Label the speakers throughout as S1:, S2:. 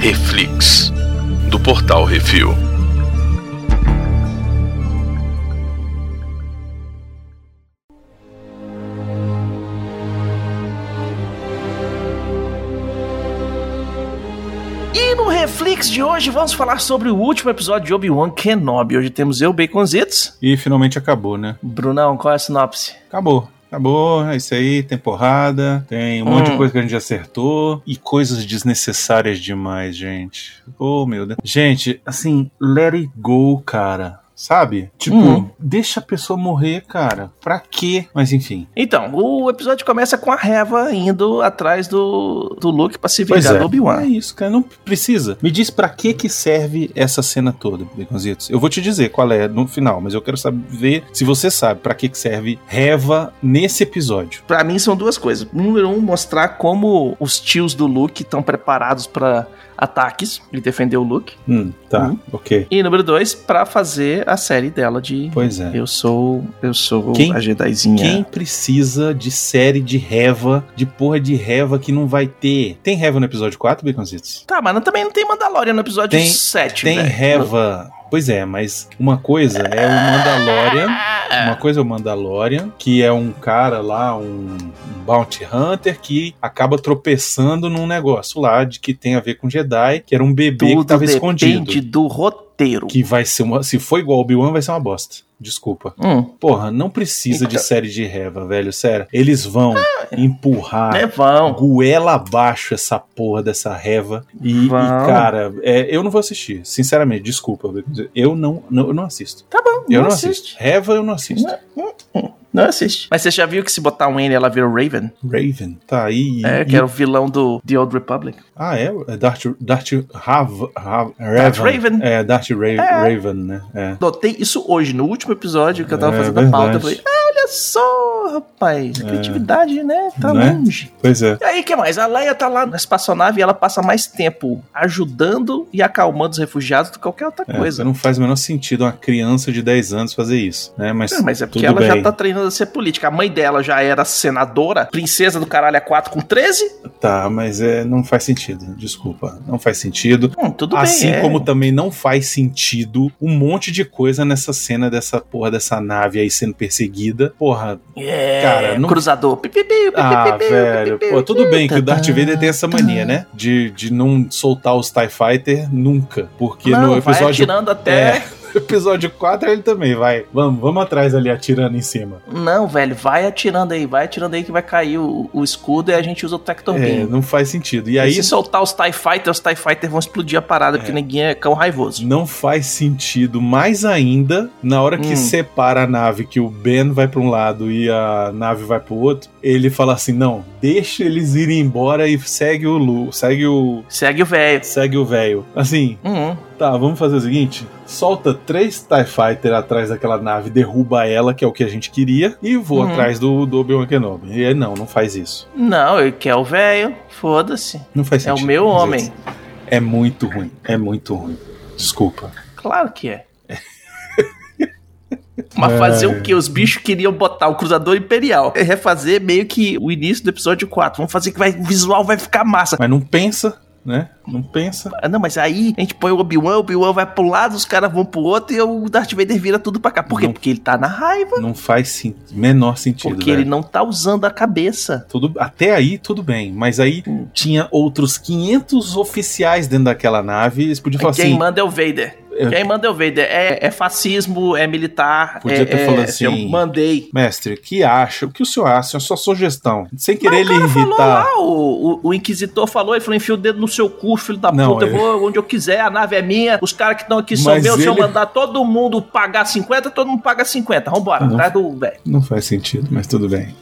S1: Reflix, do portal Refil.
S2: E no Reflex de hoje vamos falar sobre o último episódio de Obi-Wan Kenobi. Hoje temos eu, Baconzitos.
S3: E finalmente acabou, né?
S2: Brunão, qual é a sinopse?
S3: Acabou. Acabou, é isso aí, tem porrada, tem um monte de coisa que a gente acertou e coisas desnecessárias demais, gente. Oh, meu Deus. Gente, assim, let it go, cara. Sabe? Tipo,
S2: Hum.
S3: deixa a pessoa morrer, cara. Pra quê? Mas enfim.
S2: Então, o episódio começa com a Reva indo atrás do, do Luke pra se vingar do
S3: É
S2: Obi-Wan.
S3: isso, cara. Não precisa. Me diz pra que que serve essa cena toda, Baconzitos. Eu vou te dizer qual é no final, mas eu quero saber se você sabe pra que que serve Reva nesse episódio.
S2: Pra mim são duas coisas. Número um, mostrar como os tios do Luke estão preparados pra ataques e defender o Luke.
S3: Hum, tá. Ok.
S2: E número dois, pra fazer a série dela de
S3: Pois é.
S2: Eu sou, eu sou
S3: Quem-
S2: a Jedizinha.
S3: Quem precisa de série de reva, de porra de reva que não vai ter? Tem reva no episódio 4, Baconzitos?
S2: Tá, mas não- também não tem Mandalorian no episódio
S3: Tem-
S2: 7,
S3: Tem
S2: velho.
S3: reva. Pois é, mas uma coisa é o Mandalorian.
S2: Ah.
S3: Uma coisa é o Mandalorian, que é um cara lá, um, um Bounty Hunter, que acaba tropeçando num negócio lá de que tem a ver com Jedi, que era um bebê
S2: Tudo
S3: que tava
S2: depende
S3: escondido.
S2: do roteiro.
S3: Que vai ser uma. Se for igual ao Obi-Wan, vai ser uma bosta. Desculpa.
S2: Hum,
S3: Porra, não precisa de
S2: Então-
S3: série de reva, velho. Sério. Eles vão empurrar
S2: né, vão.
S3: goela abaixo essa porra dessa reva. E, e,
S2: Vão.
S3: cara, é, eu não vou assistir. Sinceramente, desculpa. Eu não, não, eu não assisto.
S2: Tá bom,
S3: Eu não,
S2: assiste. é? Hum,
S3: assisto. Reva, eu não assisto.
S2: Não assiste. Mas você já viu que se botar um N ela vira o Raven?
S3: Raven, tá aí. e-
S2: É,
S3: e-
S2: que era o vilão do The Old Republic.
S3: Ah, é? É Darth, Darth, Rav, Rav,
S2: Darth Raven.
S3: É, Darth Ra
S2: É.
S3: Raven, né? É.
S2: Notei isso hoje, no último episódio que eu tava
S3: É,
S2: fazendo a pauta. Eu
S3: verdade. É.
S2: falei, ah, olha só, rapaz, a criatividade, né? Tá
S3: Né?
S2: longe.
S3: Pois é.
S2: E aí, o que mais? A Leia tá lá na espaçonave e ela passa mais tempo ajudando e acalmando os refugiados do que qualquer outra
S3: É,
S2: coisa.
S3: Não faz o menor sentido uma criança de 10 anos fazer isso, né? Mas,
S2: É, mas é porque
S3: tudo
S2: ela já
S3: bem.
S2: tá treinando a ser política. A mãe dela já era senadora, princesa do caralho a 4 com 13.
S3: Tá, mas é, não faz sentido. Desculpa. Não faz sentido.
S2: Hum, tudo
S3: assim
S2: bem. é.
S3: como também não faz sentido um monte de coisa nessa cena dessa porra dessa nave aí sendo perseguida. Porra,
S2: É,
S3: Cara, não-
S2: cruzador. Pi, pi, pi, pi, pi,
S3: ah,
S2: pi, pi,
S3: velho.
S2: pi, pi,
S3: Pô, tudo bem que o
S2: tá,
S3: Darth
S2: tá,
S3: Vader tem essa mania, né? De, de não soltar os TIE Fighter nunca. Porque
S2: não,
S3: no
S2: vai
S3: episódio.
S2: atirando até...
S3: É, no episódio 4 ele também vai. Vamos, vamos atrás ali atirando em cima.
S2: Não, velho, vai atirando aí, vai atirando aí que vai cair o, o escudo e a gente usa o Tector
S3: É,
S2: Beam.
S3: não faz sentido. E
S2: E
S3: aí.
S2: se soltar os TIE Fighters, os TIE Fighters vão explodir a parada, porque ninguém é cão raivoso.
S3: Não faz sentido mais ainda na hora que
S2: Hum.
S3: separa a nave, que o Ben vai pra um lado e a nave vai pro outro. Ele fala assim: não, deixa eles irem embora e segue o Lu, segue o.
S2: Segue o velho.
S3: Segue o velho. Assim,
S2: Uhum.
S3: tá, vamos fazer o seguinte: solta três TIE Fighter atrás daquela nave, derruba ela, que é o que a gente queria, e voa
S2: Uhum.
S3: atrás do, do Obi-Wan Kenobi. E aí, não, não faz isso.
S2: Não, ele quer o velho, foda-se.
S3: Não faz
S2: É
S3: sentido.
S2: o meu
S3: Quer dizer,
S2: homem.
S3: É muito ruim, é muito ruim. Desculpa.
S2: Claro que é. Mas
S3: É.
S2: fazer o quê? Os bichos queriam botar o Cruzador Imperial. É refazer meio que o início do episódio 4. Vamos fazer que vai, o visual vai ficar massa.
S3: Mas não pensa, né? Não pensa.
S2: Ah, Não, mas aí a gente põe o Obi-Wan, o Obi-Wan vai pro lado, os caras vão pro outro e o Darth Vader vira tudo pra cá. Por quê?
S3: Não.
S2: Porque ele tá na raiva.
S3: Não faz sen- menor sentido.
S2: Porque
S3: velho.
S2: ele não tá usando a cabeça.
S3: Tudo, até aí, tudo bem. Mas aí
S2: Hum.
S3: tinha outros 500 oficiais dentro daquela nave. Eles podiam falar
S2: Quem
S3: assim.
S2: manda é o Vader.
S3: Eu-
S2: Quem manda é o Vader. É, é fascismo, é militar.
S3: Podia
S2: é-
S3: ter
S2: é-
S3: falado
S2: Eu
S3: assim,
S2: mandei.
S3: Mestre, que acha? O que o senhor acha? É só sugestão. Sem querer ele
S2: Falou
S3: irritar.
S2: lá, o, o, o inquisitor falou, ele falou, enfia o dedo no seu cu, filho da
S3: Não,
S2: puta, eu
S3: ele-
S2: vou onde eu quiser, a nave é minha, os caras que estão aqui são
S3: Mas
S2: meus, se eu
S3: ele-
S2: mandar todo mundo pagar 50, todo mundo paga 50, vambora,
S3: Não.
S2: atrás do velho.
S3: Não faz sentido, mas tudo bem.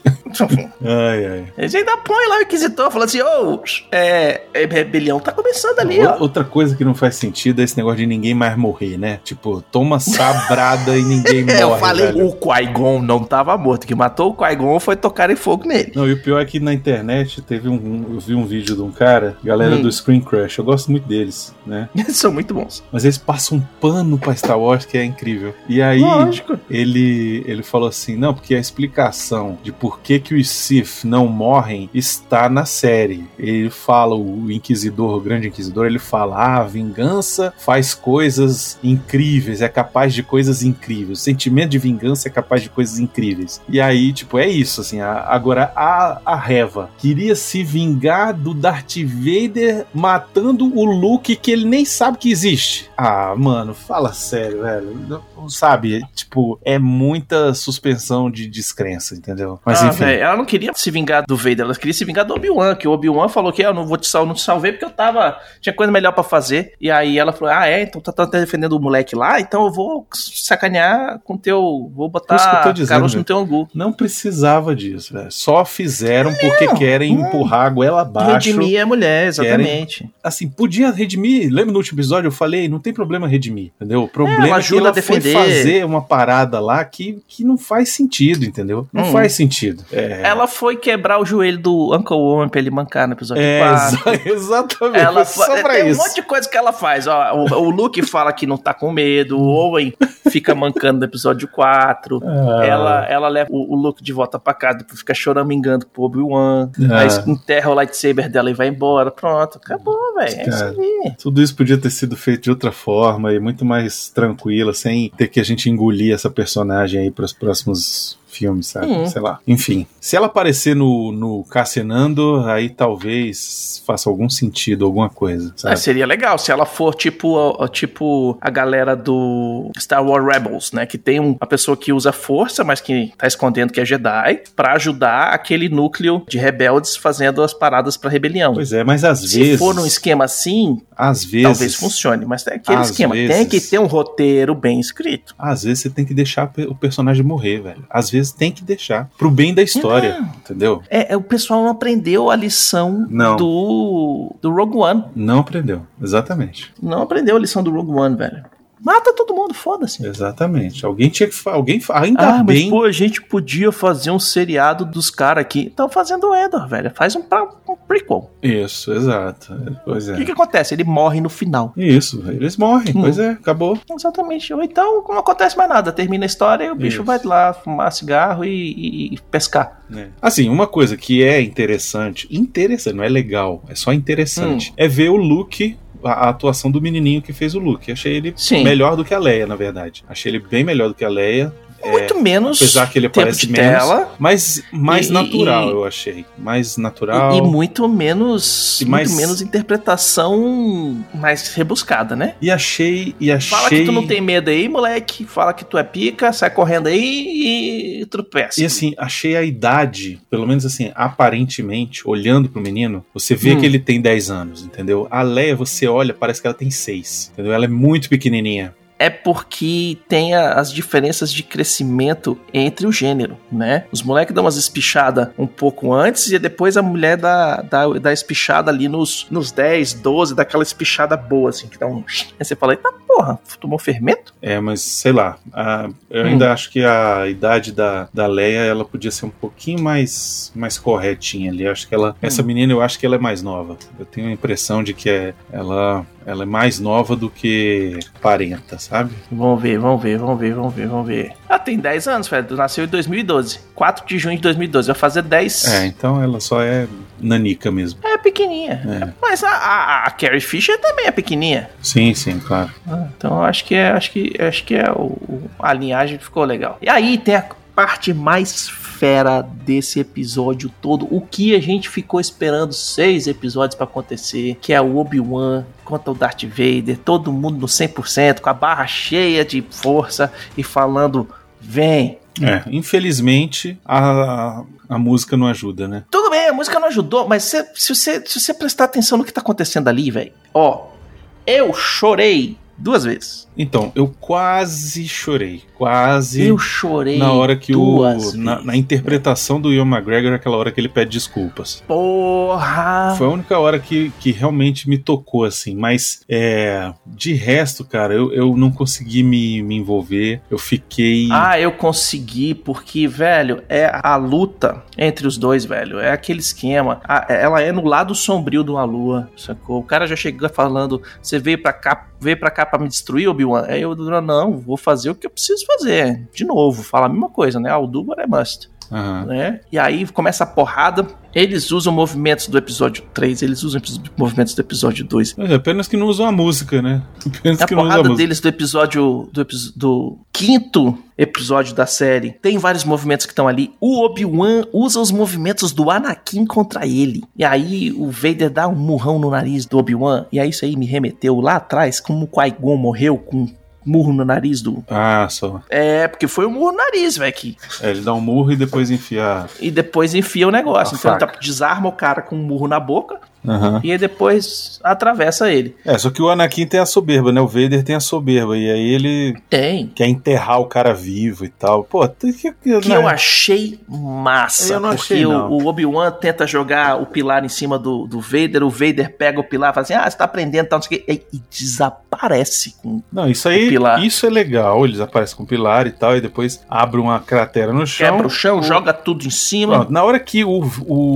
S3: Ai, ai.
S2: Eles ainda põe lá o inquisitor, falando assim, ô, é, é, rebelião tá começando ali,
S3: O-
S2: ó.
S3: Outra coisa que não faz sentido é esse negócio de ninguém mais morrer, né? Tipo, toma sabrada e ninguém morre.
S2: É, eu falei,
S3: velho.
S2: o Qui-Gon não tava morto. O que matou o Qui-Gon foi tocar em fogo nele.
S3: Não, e o pior é que na internet teve um, um- eu vi um vídeo de um cara, galera
S2: Hum.
S3: do Screen Crush, eu gosto muito deles, né?
S2: Eles são muito bons.
S3: Mas eles passam um pano pra Star Wars que é incrível. E aí
S2: Lógico.
S3: ele ele falou assim, não, porque a explicação de por que, que os Sith não morrem está na série. Ele fala, o Inquisidor, o grande Inquisidor, ele fala: ah, a vingança faz coisas incríveis, é capaz de coisas incríveis. O sentimento de vingança é capaz de coisas incríveis. E aí, tipo, é isso, assim. a- agora, a, a Reva queria se vingar do Darth Vader matando o Luke que ele nem sabe que existe. Ah, mano, fala sério, velho. Não- não Sabe, tipo, é muita suspensão de descrença, entendeu? Mas
S2: Ah,
S3: enfim.
S2: velho, ela não queria se vingar do Vader, ela queria se vingar do Obi-Wan, que o Obi-Wan falou que "Ah, eu não vou te salvar, não te salvei porque eu tava. Tinha coisa melhor pra fazer. E aí ela falou: Ah, é, então tá, tá defendendo o moleque lá, então eu vou sacanear com teu. Vou
S3: Por isso que eu
S2: botar
S3: tô dizendo, né?
S2: caroço
S3: velho.
S2: no teu angu.
S3: Não precisava disso, velho. Só fizeram porque querem
S2: não.
S3: empurrar a goela abaixo.
S2: Redimir é mulher,
S3: querem-
S2: exatamente.
S3: Assim, podia redimir. Lembra no último episódio eu falei, não tem problema redimir, entendeu? O problema
S2: ela
S3: é, que
S2: ajuda
S3: ela
S2: a defender.
S3: foi fazer uma parada lá que, que não faz sentido, entendeu? Não
S2: Hum.
S3: faz sentido. É,
S2: Ela foi quebrar o joelho do Uncle Owen pra ele mancar no episódio
S3: é,
S2: 4.
S3: exa- exatamente.
S2: tipo, Ela
S3: foi só
S2: fa-
S3: pra
S2: tem
S3: isso.
S2: um monte de coisa que ela faz. Ó, o, o Luke fala que não tá com medo, o Owen fica mancando no episódio 4.
S3: Ah,
S2: Ela, ela leva o, o Luke de volta pra casa, depois fica choramingando pro Obi-Wan.
S3: Ah.
S2: Aí enterra o lightsaber dela e vai embora. Pronto, acabou, velho. É isso
S3: Tá,
S2: aí.
S3: Tudo isso podia ter sido feito de outra forma e muito mais tranquila, sem ter que a gente engolir essa personagem aí pros próximos filmes, sabe?
S2: Hum.
S3: Sei lá. Enfim, se ela aparecer no, no Cassinando, aí talvez faça algum sentido, alguma coisa,
S2: Ah,
S3: sabe?
S2: seria legal se ela for tipo a, a- tipo a galera do Star Wars Rebels, né? Que tem um- uma pessoa que usa força, mas que tá escondendo que é Jedi, pra ajudar aquele núcleo de rebeldes fazendo as paradas pra rebelião.
S3: Pois é, mas às
S2: Se
S3: vezes.
S2: for num esquema assim,
S3: Às vezes.
S2: talvez funcione, mas é aquele
S3: Às
S2: esquema. Tem
S3: vezes.
S2: que ter um roteiro bem escrito.
S3: Às vezes você tem que deixar pe- o personagem morrer, velho. Às vezes tem que deixar. Pro bem da história, entendeu?
S2: É, é, o pessoal não aprendeu a lição
S3: Não.
S2: do do Rogue One.
S3: Não aprendeu. Exatamente.
S2: Não aprendeu a lição do Rogue One, velho. Mata todo mundo, foda-se.
S3: Exatamente. Alguém tinha que. fa- Alguém. fa- Ainda
S2: Ah, mas
S3: bem.
S2: pô, a gente podia fazer um seriado dos caras aqui. Estão fazendo o Endor, velho. Faz um, pra- um prequel.
S3: Isso, exato. Pois
S2: O que,
S3: é.
S2: que acontece? Ele morre no final.
S3: Isso, eles morrem.
S2: Hum.
S3: Pois é, acabou.
S2: Exatamente. Ou então não acontece mais nada. Termina a história e o bicho
S3: Isso.
S2: vai lá fumar cigarro e- e- e pescar.
S3: Assim, uma coisa que é interessante, interessante, não é legal, é só interessante,
S2: Hum.
S3: é ver o Luke, a, a atuação do menininho que fez o Luke. Achei ele
S2: Sim.
S3: melhor do que a Leia, na verdade. Achei ele bem melhor do que a Leia,
S2: Muito menos
S3: é, apesar que ele
S2: tempo
S3: aparece
S2: de
S3: menos.
S2: tela
S3: mas mais
S2: E-
S3: natural,
S2: e-
S3: eu achei. Mais natural.
S2: e, e muito menos
S3: E mais-
S2: muito menos interpretação mais rebuscada, né?
S3: E achei, e achei.
S2: Fala que tu não tem medo aí, moleque. Fala que tu é pica, sai correndo aí e tropeça.
S3: E assim, achei a idade, pelo menos assim, aparentemente, olhando pro menino, você vê
S2: Hum.
S3: que ele tem 10 anos, entendeu? A Leia, você olha, parece que ela tem 6, entendeu? Ela é muito pequenininha.
S2: É porque tem a- as diferenças de crescimento entre o gênero, né? Os moleques dão umas espichadas um pouco antes e depois a mulher dá, dá, dá espichada ali nos, nos 10, 12, dá aquela espichada boa, assim, que dá um. Aí você fala, eita porra, tomou fermento?
S3: É, mas sei lá, a- eu ainda acho que a idade da, da Leia, ela podia ser um pouquinho mais, mais corretinha ali. Eu acho que ela, essa menina, eu acho que ela é mais nova. Eu tenho a impressão de que é, ela, ela é mais nova do que 40, sabe?
S2: Vamos ver, vamos ver, vamos ver, vamos ver, vamos ver. Ela tem 10 anos, Fred. Nasceu em 2012. 4 de junho de 2012. Vai fazer 10.
S3: É, então ela só é nanica mesmo.
S2: É pequenininha. Mas a, a- a Carrie Fisher também é pequenininha.
S3: Sim, sim, claro.
S2: Ah, Então eu acho que é, acho que, acho que é o, o- a linhagem ficou legal. E aí tem a parte mais fera desse episódio todo, o que a gente ficou esperando seis episódios pra acontecer, que é o Obi-Wan contra o Darth Vader, todo mundo no 100%, com a barra cheia de força e falando vem.
S3: É, infelizmente a, a música não ajuda, né?
S2: Tudo bem, a música não ajudou, mas se, se você, se você prestar atenção no que tá acontecendo ali, velho, ó, eu chorei duas vezes.
S3: Então, eu quase chorei. Quase.
S2: Eu chorei
S3: na hora que o.
S2: duas
S3: Na,
S2: vezes.
S3: na interpretação do Ian McGregor, é aquela hora que ele pede desculpas.
S2: Porra!
S3: Foi a única hora que, que realmente me tocou, assim. Mas, é, de resto, cara, eu, eu não consegui me, me envolver. Eu fiquei.
S2: Ah, eu consegui, porque, velho, é a luta entre os dois, velho. É aquele esquema. A- ela é no lado sombrio de uma lua, sacou? O cara já chega falando: você veio pra cá, veio pra cá pra me destruir, Obi-Wan? Aí eu, não, vou fazer o que eu preciso fazer. De novo, fala a mesma coisa, né? Aldubar é must.
S3: Aham.
S2: né? E aí começa a porrada. Eles usam movimentos do episódio 3, eles usam epis- movimentos do episódio 2.
S3: Mas é apenas que não usam a música, né? Apenas
S2: A
S3: que não usam a
S2: porrada
S3: música.
S2: deles do episódio do, epi- do quinto episódio da série tem vários movimentos que estão ali. O Obi-Wan usa os movimentos do Anakin contra ele. E aí o Vader dá um murrão no nariz do Obi-Wan. E aí isso aí me remeteu lá atrás, como o Qui-Gon morreu com um murro no nariz do.
S3: Ah, só.
S2: É, porque foi um murro no nariz, velho. que-
S3: É, ele dá um murro e depois enfia.
S2: E depois enfia o negócio.
S3: A
S2: então ele
S3: faca.
S2: tá- desarma o cara com um murro na boca
S3: Aham.
S2: e aí depois atravessa ele.
S3: É, só que o Anakin tem a soberba, né? O Vader tem a soberba. E aí ele
S2: Tem.
S3: quer enterrar o cara vivo e tal. Pô, tem que.
S2: que eu achei massa.
S3: é. Eu não
S2: porque
S3: achei,
S2: o-
S3: não.
S2: o Obi-Wan tenta jogar o pilar em cima do, do Vader, o Vader pega o pilar e fala assim: ah, você tá aprendendo, tal, não sei o quê, e, e desaparece. com-
S3: Não, isso
S2: O
S3: aí,
S2: pilar.
S3: isso é legal. Eles aparecem com o pilar e tal, e depois abrem uma cratera no chão.
S2: Quebra o chão, joga tudo em cima.
S3: Então, Pronto, na hora que o,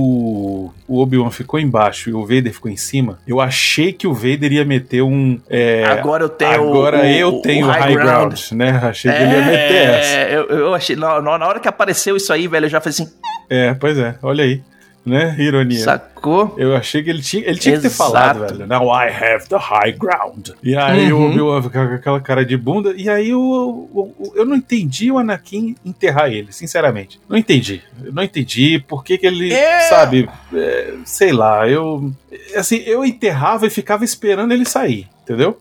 S3: o, o Obi-Wan ficou embaixo e o Vader ficou em cima, eu achei que o Vader ia meter um. é,
S2: agora eu tenho.
S3: agora
S2: o- o-
S3: eu
S2: o
S3: tenho o high ground, né? Achei que ele ia meter essa.
S2: É, eu, eu achei. Na, na hora que apareceu isso aí, velho, eu já falei assim:
S3: É, pois é, olha aí. Né? Ironia.
S2: sacou?
S3: Eu achei que ele tinha, ele tinha que ter
S2: Exato.
S3: falado, velho. Now I have the high ground. E aí
S2: Uhum.
S3: o Obi-Wan fica com aquela cara de bunda. E aí o, o- o- eu não entendi o Anakin enterrar ele, sinceramente. Não entendi. Eu não entendi por que, que ele,
S2: É.
S3: sabe, é, sei lá, eu. Assim, eu enterrava e ficava esperando ele sair, entendeu?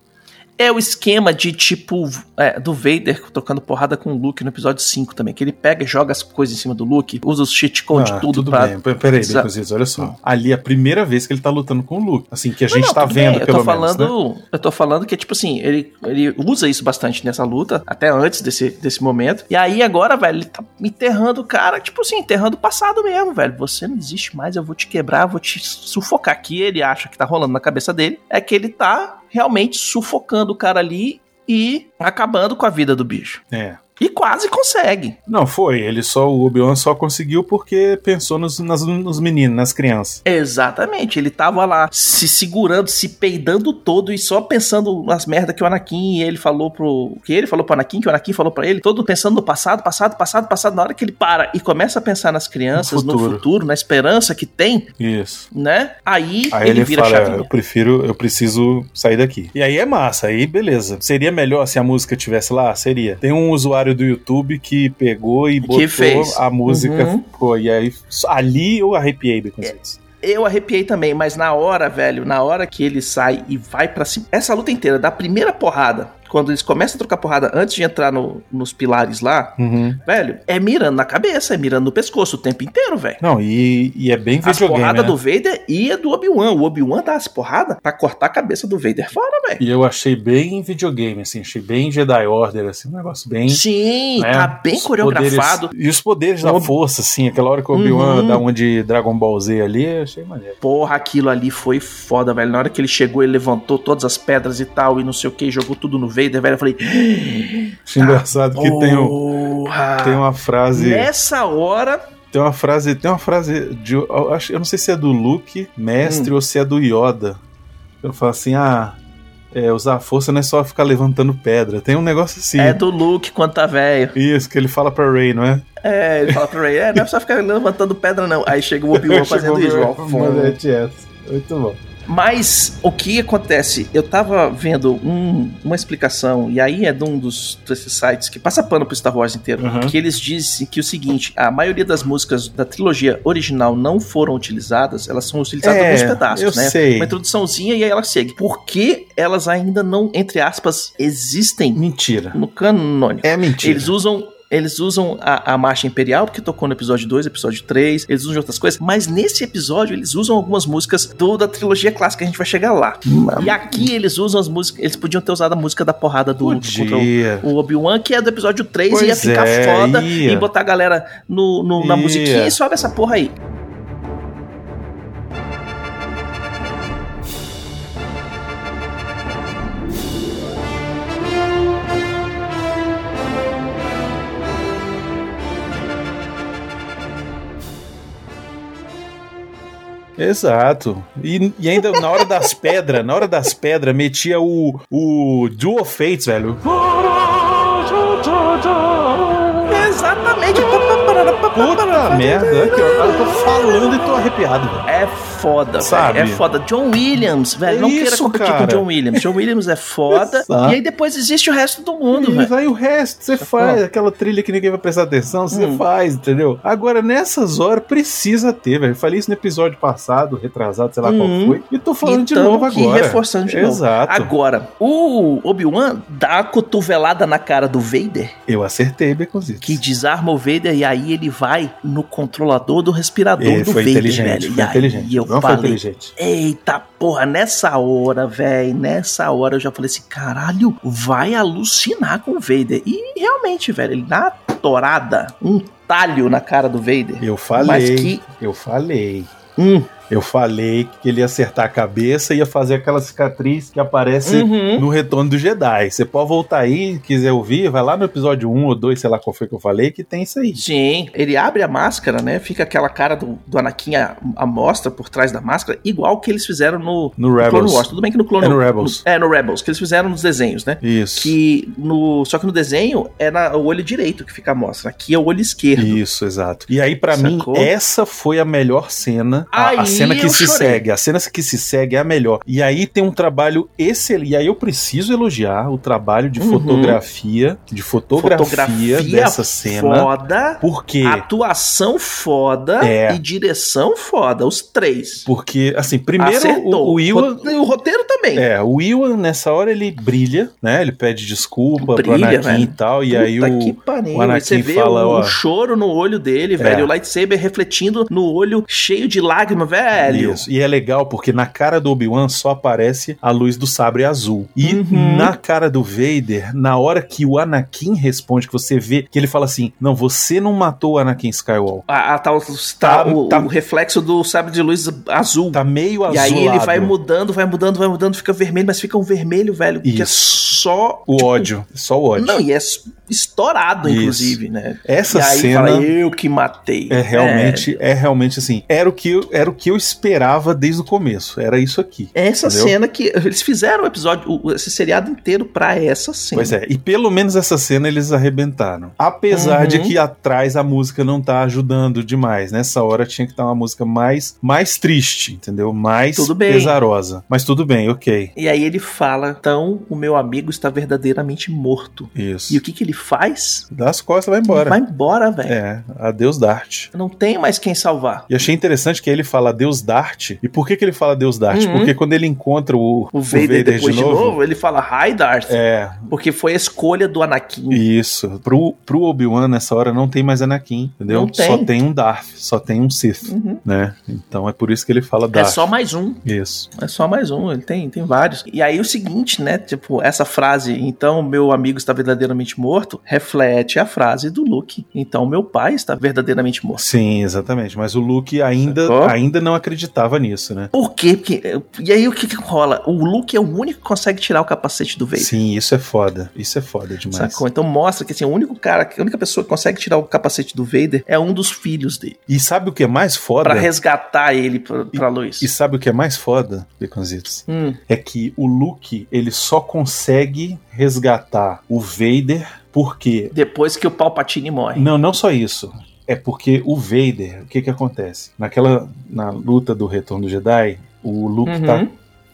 S2: É o esquema de tipo é, do Vader tocando porrada com o Luke no episódio 5 também, que ele pega e joga as coisas em cima do Luke, usa os cheat code
S3: Ah,
S2: tudo, pra
S3: bem. P- Peraí,
S2: Exa-
S3: Baconzitos, olha só. Ali é a primeira vez que ele tá lutando com o Luke. Assim, que a gente
S2: Não,
S3: tá
S2: tudo bem,
S3: vendo,
S2: eu tô
S3: pelo menos.
S2: falando,
S3: né?
S2: Eu tô falando que, tipo assim, ele, ele usa isso bastante nessa luta, até antes desse, desse momento. E aí agora, velho, ele tá enterrando o cara, tipo assim, enterrando o passado mesmo, velho. Você não existe mais, eu vou te quebrar, eu vou te sufocar. O Que ele acha que tá rolando na cabeça dele é que ele tá realmente sufocando o cara ali e acabando com a vida do bicho.
S3: É.
S2: E quase consegue.
S3: Não, foi. Ele só, o Obi-Wan só conseguiu porque pensou nos, nas- nos meninos, nas crianças.
S2: Exatamente, ele tava lá se segurando, se peidando todo e só pensando nas merdas que o Anakin e ele falou pro. que ele falou pro Anakin, que o Anakin falou pra ele, todo pensando no passado, passado, passado, passado. Na hora que ele para e começa a pensar nas crianças,
S3: No
S2: no
S3: futuro.
S2: futuro, na esperança que tem,
S3: Isso.
S2: né? Aí,
S3: Aí ele,
S2: vira
S3: fala,
S2: chavinha.
S3: eu prefiro, eu preciso sair daqui. E aí é massa, aí beleza. Seria melhor se a música tivesse lá? Seria. Tem um usuário do YouTube que pegou e botou
S2: fez.
S3: a música.
S2: Uhum.
S3: Ficou, e aí, só- ali eu arrepiei, Baconzitos.
S2: Eu arrepiei também, mas na hora, velho, na hora que ele sai e vai pra cima. Essa luta inteira, da primeira porrada, quando eles começam a trocar porrada antes de entrar no- nos pilares lá,
S3: Uhum.
S2: velho, é mirando na cabeça, é mirando no pescoço o tempo inteiro, velho.
S3: Não, e, e é bem
S2: As
S3: videogame,
S2: porradas
S3: né?
S2: do Vader e a do Obi-Wan. O Obi-Wan dá as porradas pra cortar a cabeça do Vader fora, velho.
S3: E eu achei bem videogame, assim, achei bem Jedi Order, assim, um negócio bem.
S2: Sim,
S3: né,
S2: tá bem
S3: os
S2: coreografado.
S3: poderes- e os poderes
S2: Obi-
S3: da força, assim, aquela hora que o Obi-Wan
S2: Uhum.
S3: dá um de Dragon Ball Z ali, eu achei maneiro.
S2: Porra, aquilo ali foi foda, velho. Na hora que ele chegou, ele levantou todas as pedras e tal, e não sei o que, jogou tudo no Vader, velho. Eu falei.
S3: Achei engraçado que tem, um,
S2: Porra!
S3: tem um uma frase.
S2: Nessa hora.
S3: Tem uma frase. Tem uma frase. De, eu, acho, eu não sei se é do Luke,
S2: Hum.
S3: mestre, ou se é do Yoda. Eu falo assim, ah. é, usar a força não é só ficar levantando pedra. Tem um negócio assim.
S2: É do Luke quando tá velho.
S3: Isso, que ele fala pra Ray, não é?
S2: É, ele fala pra Ray, é, não é só ficar levantando pedra, não. Aí chega o Obi-Wan fazendo isso. ó.
S3: Mas é essa. Muito bom.
S2: Mas o que acontece? Eu tava vendo um- uma explicação, e aí é de um dos desses sites que passa pano pro Star Wars inteiro,
S3: Uhum.
S2: que eles dizem que o seguinte: a maioria das músicas da trilogia original não foram utilizadas, elas são utilizadas em
S3: É,
S2: alguns pedaços,
S3: eu
S2: né?
S3: sei.
S2: Uma introduçãozinha e aí ela segue. Por que elas ainda não, entre aspas, existem
S3: Mentira.
S2: no canônico?
S3: É mentira.
S2: Eles usam. Eles usam a, a marcha imperial, porque tocou no episódio 2, episódio 3, eles usam de outras coisas, mas nesse episódio eles usam algumas músicas do, da trilogia clássica, a gente vai chegar lá.
S3: Hum.
S2: E aqui eles usam as músicas, eles podiam ter usado a música da porrada do Luke contra o,
S3: Podia.
S2: o Obi-Wan, que é do episódio 3, e ia
S3: Pois
S2: ficar
S3: é,
S2: foda
S3: ia.
S2: e botar a galera no, no- na
S3: Ia.
S2: musiquinha e sobe essa porra aí.
S3: Exato. E, e ainda na hora das pedras, na hora das pedras, metia o, o Dual Fates, velho.
S2: Exatamente.
S3: Puta merda, aqui, ó, eu tô falando e tô arrepiado, velho.
S2: É foda, velho.
S3: Sabe?
S2: É foda. John Williams, velho.
S3: É
S2: não queira
S3: isso,
S2: competir com
S3: cara.
S2: John Williams. John Williams é foda.
S3: Exato.
S2: e aí depois existe o resto do mundo,
S3: Mas
S2: velho. É
S3: aí o resto, você faz aquela trilha que ninguém vai prestar atenção, você
S2: Hum.
S3: faz, entendeu? Agora, nessas horas, precisa ter, velho. Eu Falei isso no episódio passado, retrasado, sei lá
S2: Uhum.
S3: qual foi. E tô falando de
S2: Então,
S3: novo
S2: que
S3: agora.
S2: reforçando de novo.
S3: Exato.
S2: Agora, o Obi-Wan dá a cotovelada na cara do Vader,
S3: Eu acertei, Beconzito.
S2: que desarma o Vader, e aí ele vai no controlador do respirador
S3: Ele
S2: do
S3: foi
S2: Vader,
S3: inteligente,
S2: velho.
S3: foi
S2: e
S3: inteligente.
S2: aí eu
S3: não foi
S2: falei,
S3: inteligente.
S2: Eita porra, nessa hora, velho, nessa hora eu já falei assim, caralho, vai alucinar com o Vader. E realmente, velho, ele dá uma torada, um talho na cara do Vader.
S3: Eu falei.
S2: Mas que.
S3: Eu falei.
S2: Hum,
S3: Eu falei que ele ia acertar a cabeça e ia fazer aquela cicatriz que aparece
S2: uhum.
S3: no Retorno do Jedi. Você pode voltar aí, quiser ouvir, vai lá no episódio 1 ou 2, sei lá qual foi que eu falei, que tem isso aí.
S2: Sim, ele abre a máscara, né? Fica aquela cara do, do Anakin à à mostra por trás da máscara, igual que eles fizeram no,
S3: No
S2: no Clone
S3: Rebels.
S2: Wars. Tudo bem que no Clone
S3: É no Rebels.
S2: no- é, no Rebels, que eles fizeram nos desenhos, né?
S3: Isso.
S2: Que no, só que no desenho era o olho direito que fica a mostra. Aqui é o olho esquerdo.
S3: Isso, exato. E aí, pra mim,
S2: Sacou?
S3: essa foi a melhor cena. A, a
S2: Aí
S3: cena que
S2: eu
S3: se
S2: chorei.
S3: segue. A cena que se segue é a melhor. E aí tem um trabalho excelente. E aí eu preciso elogiar o trabalho de
S2: Uhum.
S3: fotografia, de fotografia, dessa cena.
S2: Foda,
S3: Porque.
S2: atuação foda
S3: É.
S2: e direção foda. Os três.
S3: Porque, assim, primeiro o,
S2: Acertou.
S3: o Ewan.
S2: Rote- o roteiro também.
S3: É, o Ewan nessa hora ele brilha, né? Ele pede desculpa pro
S2: Brilha,
S3: Anakin
S2: velho.
S3: e tal. E
S2: Puta
S3: aí o.
S2: que pariu.
S3: o Anakin
S2: Você vê
S3: fala,
S2: o,
S3: ó. É.
S2: o choro no olho dele, velho. O lightsaber refletindo no olho cheio de lágrima, velho.
S3: Isso. E é legal porque na cara do Obi-Wan só aparece a luz do sabre azul. E
S2: Uhum.
S3: na cara do Vader, na hora que o Anakin responde, que você vê que ele fala assim: Não, você não matou o Anakin Skywalker.
S2: A, a tal-
S3: Tá-
S2: Ah, o,
S3: tá-
S2: o reflexo do sabre de luz azul.
S3: Tá meio azul.
S2: e aí ele vai mudando, vai mudando, vai mudando, fica vermelho, mas fica um vermelho, velho, que é só
S3: O ódio, só o ódio.
S2: Não, e é s- estourado,
S3: Isso.
S2: inclusive, né?
S3: Essa
S2: e aí
S3: cena
S2: fala, eu que matei.
S3: é realmente, é. realmente assim. Era o, que eu, era o que eu esperava desde o começo. Era isso aqui.
S2: É, essa
S3: Entendeu?
S2: cena que. Eles fizeram o episódio, o- esse seriado inteiro pra essa cena.
S3: Pois é, e pelo menos essa cena eles arrebentaram. Apesar
S2: Uhum.
S3: de que atrás a música não tá ajudando demais. Nessa hora tinha que estar uma música mais, mais triste, entendeu? Mais
S2: Tudo bem.
S3: pesarosa. Mas tudo bem, ok.
S2: E aí ele fala: então o meu amigo está verdadeiramente morto.
S3: Isso.
S2: E o que, que ele faz?
S3: Dá as costas e vai embora.
S2: Vai embora, velho.
S3: É, adeus Dart.
S2: Não tem mais quem salvar.
S3: E achei interessante que ele fala Deus Dart. E por que, que ele fala Deus Dart?
S2: Uhum.
S3: Porque quando ele encontra o,
S2: O Vader, depois de novo, ele fala Hi Darth,
S3: É,
S2: porque foi a escolha do Anakin.
S3: isso. Pro, pro Obi-Wan, nessa hora, não tem mais Anakin, entendeu?
S2: Não tem.
S3: Só tem um Darth, só tem um Sith,
S2: Uhum.
S3: né? Então é por isso que ele fala
S2: É
S3: Darth.
S2: só mais um.
S3: Isso.
S2: É só mais um, ele tem, tem vários. E aí o seguinte, né? Tipo, essa frase, então meu amigo está verdadeiramente morto, reflete a frase do Luke. Então meu pai está verdadeiramente morto.
S3: Sim, exatamente. Mas o Luke ainda,
S2: Sacou?
S3: ainda não acreditava nisso, né?
S2: Por quê? Porque, e aí o que, que rola? O Luke é o único que consegue tirar o capacete do Vader.
S3: Sim, isso é foda. Isso é foda demais.
S2: Sacou? Então mostra que assim, o único cara, a única pessoa que consegue tirar o capacete do Vader é um dos filhos dele.
S3: E sabe o que é mais foda?
S2: Pra resgatar ele pra, pra luz.
S3: E sabe o que é mais foda, Beconzitos?
S2: Hum,
S3: É que o Luke, ele só consegue resgatar o Vader porque...
S2: depois que o Palpatine morre.
S3: Não, não só isso. É porque o Vader, o que que acontece? Naquela, na luta do Retorno do Jedi, o Luke
S2: Uhum.
S3: tá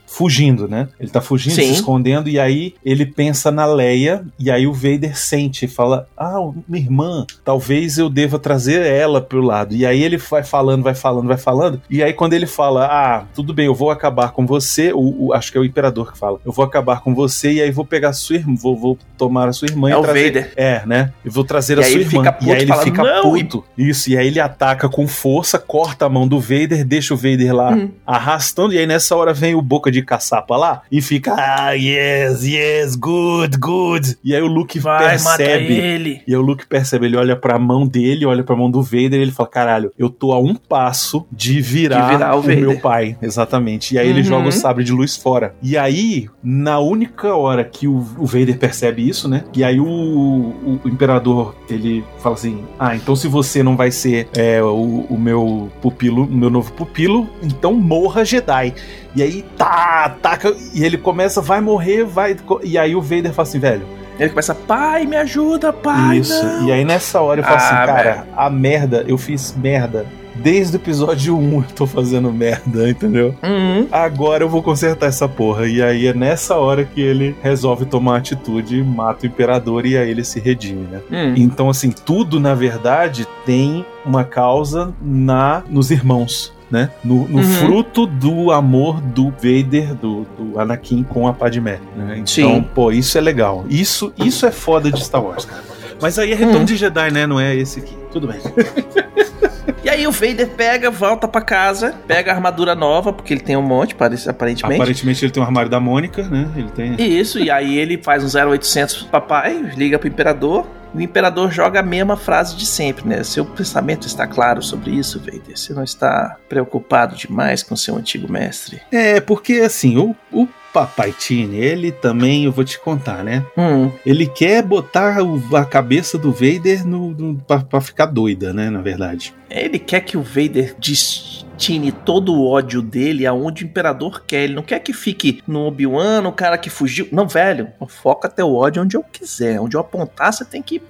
S3: fugindo, né? Ele tá fugindo,
S2: Sim.
S3: se escondendo, e aí ele pensa na Leia, e aí o Vader sente e fala: Ah, minha irmã, talvez eu deva trazer ela pro lado. E aí ele vai falando, vai falando, vai falando, e aí quando ele fala: Ah, tudo bem, eu vou acabar com você, o, o- acho que é o Imperador que fala, eu vou acabar com você, e aí vou pegar a sua irmã, vou, vou tomar a sua irmã
S2: É
S3: e
S2: o
S3: trazer.
S2: Vader.
S3: É, né? Eu vou trazer
S2: E
S3: a
S2: aí
S3: sua
S2: ele
S3: irmã.
S2: fica puto
S3: e aí
S2: e
S3: ele
S2: fala,
S3: fica
S2: "Não!"
S3: puto. Isso, e aí ele ataca com força, corta a mão do Vader, deixa o Vader lá
S2: Hum.
S3: arrastando, e aí nessa hora vem o boca de caçapa lá e fica, ah, yes, yes, good, good. E aí o Luke
S2: Vai, mata
S3: percebe.
S2: ele.
S3: E aí o Luke percebe, ele olha pra mão dele, olha pra mão do Vader e ele fala: caralho, eu tô a um passo de virar,
S2: De virar o
S3: o,
S2: Vader."
S3: meu pai. Exatamente. E aí ele
S2: Uhum.
S3: joga o sabre de luz fora. E aí, na única hora que o, o Vader percebe isso, né? E aí o, o- o imperador, ele fala assim: ah, então se você não vai ser é, o, o meu pupilo, o meu novo pupilo, então morra Jedi. E aí, tá, ataca. E ele começa, vai morrer, vai. co- E aí o Vader fala assim, velho.
S2: Ele começa, pai, me ajuda, pai.
S3: Isso.
S2: não."
S3: E aí nessa hora eu falo
S2: Ah,
S3: assim, cara, a merda, eu fiz merda. Desde o episódio 1 eu tô fazendo merda, entendeu?
S2: Uhum.
S3: Agora eu vou consertar essa porra. E aí é nessa hora que ele resolve tomar atitude, mata o imperador e aí ele se redime, né?
S2: Hum.
S3: Então, assim, tudo na verdade tem uma causa na nos irmãos. Né? No, no
S2: Uhum.
S3: fruto do amor do Vader, do, do Anakin com a Padmé. Né? Então,
S2: Sim.
S3: pô, isso é legal. Isso, isso é foda de Star Wars, cara. Mas aí é retorno
S2: Uhum.
S3: de Jedi, né? Não é esse aqui. Tudo bem.
S2: E aí o Vader pega, volta pra casa, pega a armadura nova, porque ele tem um monte, parece- aparentemente.
S3: Aparentemente ele tem um armário da Mônica, né? Ele tem.
S2: Isso, e aí ele faz um 0800 pro papai, liga pro imperador. O imperador joga a mesma frase de sempre, né? Seu pensamento está claro sobre isso, Vader. Você não está preocupado demais com seu antigo mestre.
S3: É, porque assim, o, o Papai Tini, ele também, eu vou te contar, né?
S2: Hum,
S3: Ele quer botar o- a cabeça do Vader no, no, pra, pra ficar doida, né? Na verdade.
S2: ele quer que o Vader destine todo o ódio dele aonde o imperador quer. Ele não quer que fique no Obi-Wan, no cara que fugiu. Não, velho, foca teu ódio onde eu quiser. Onde eu apontar, você tem que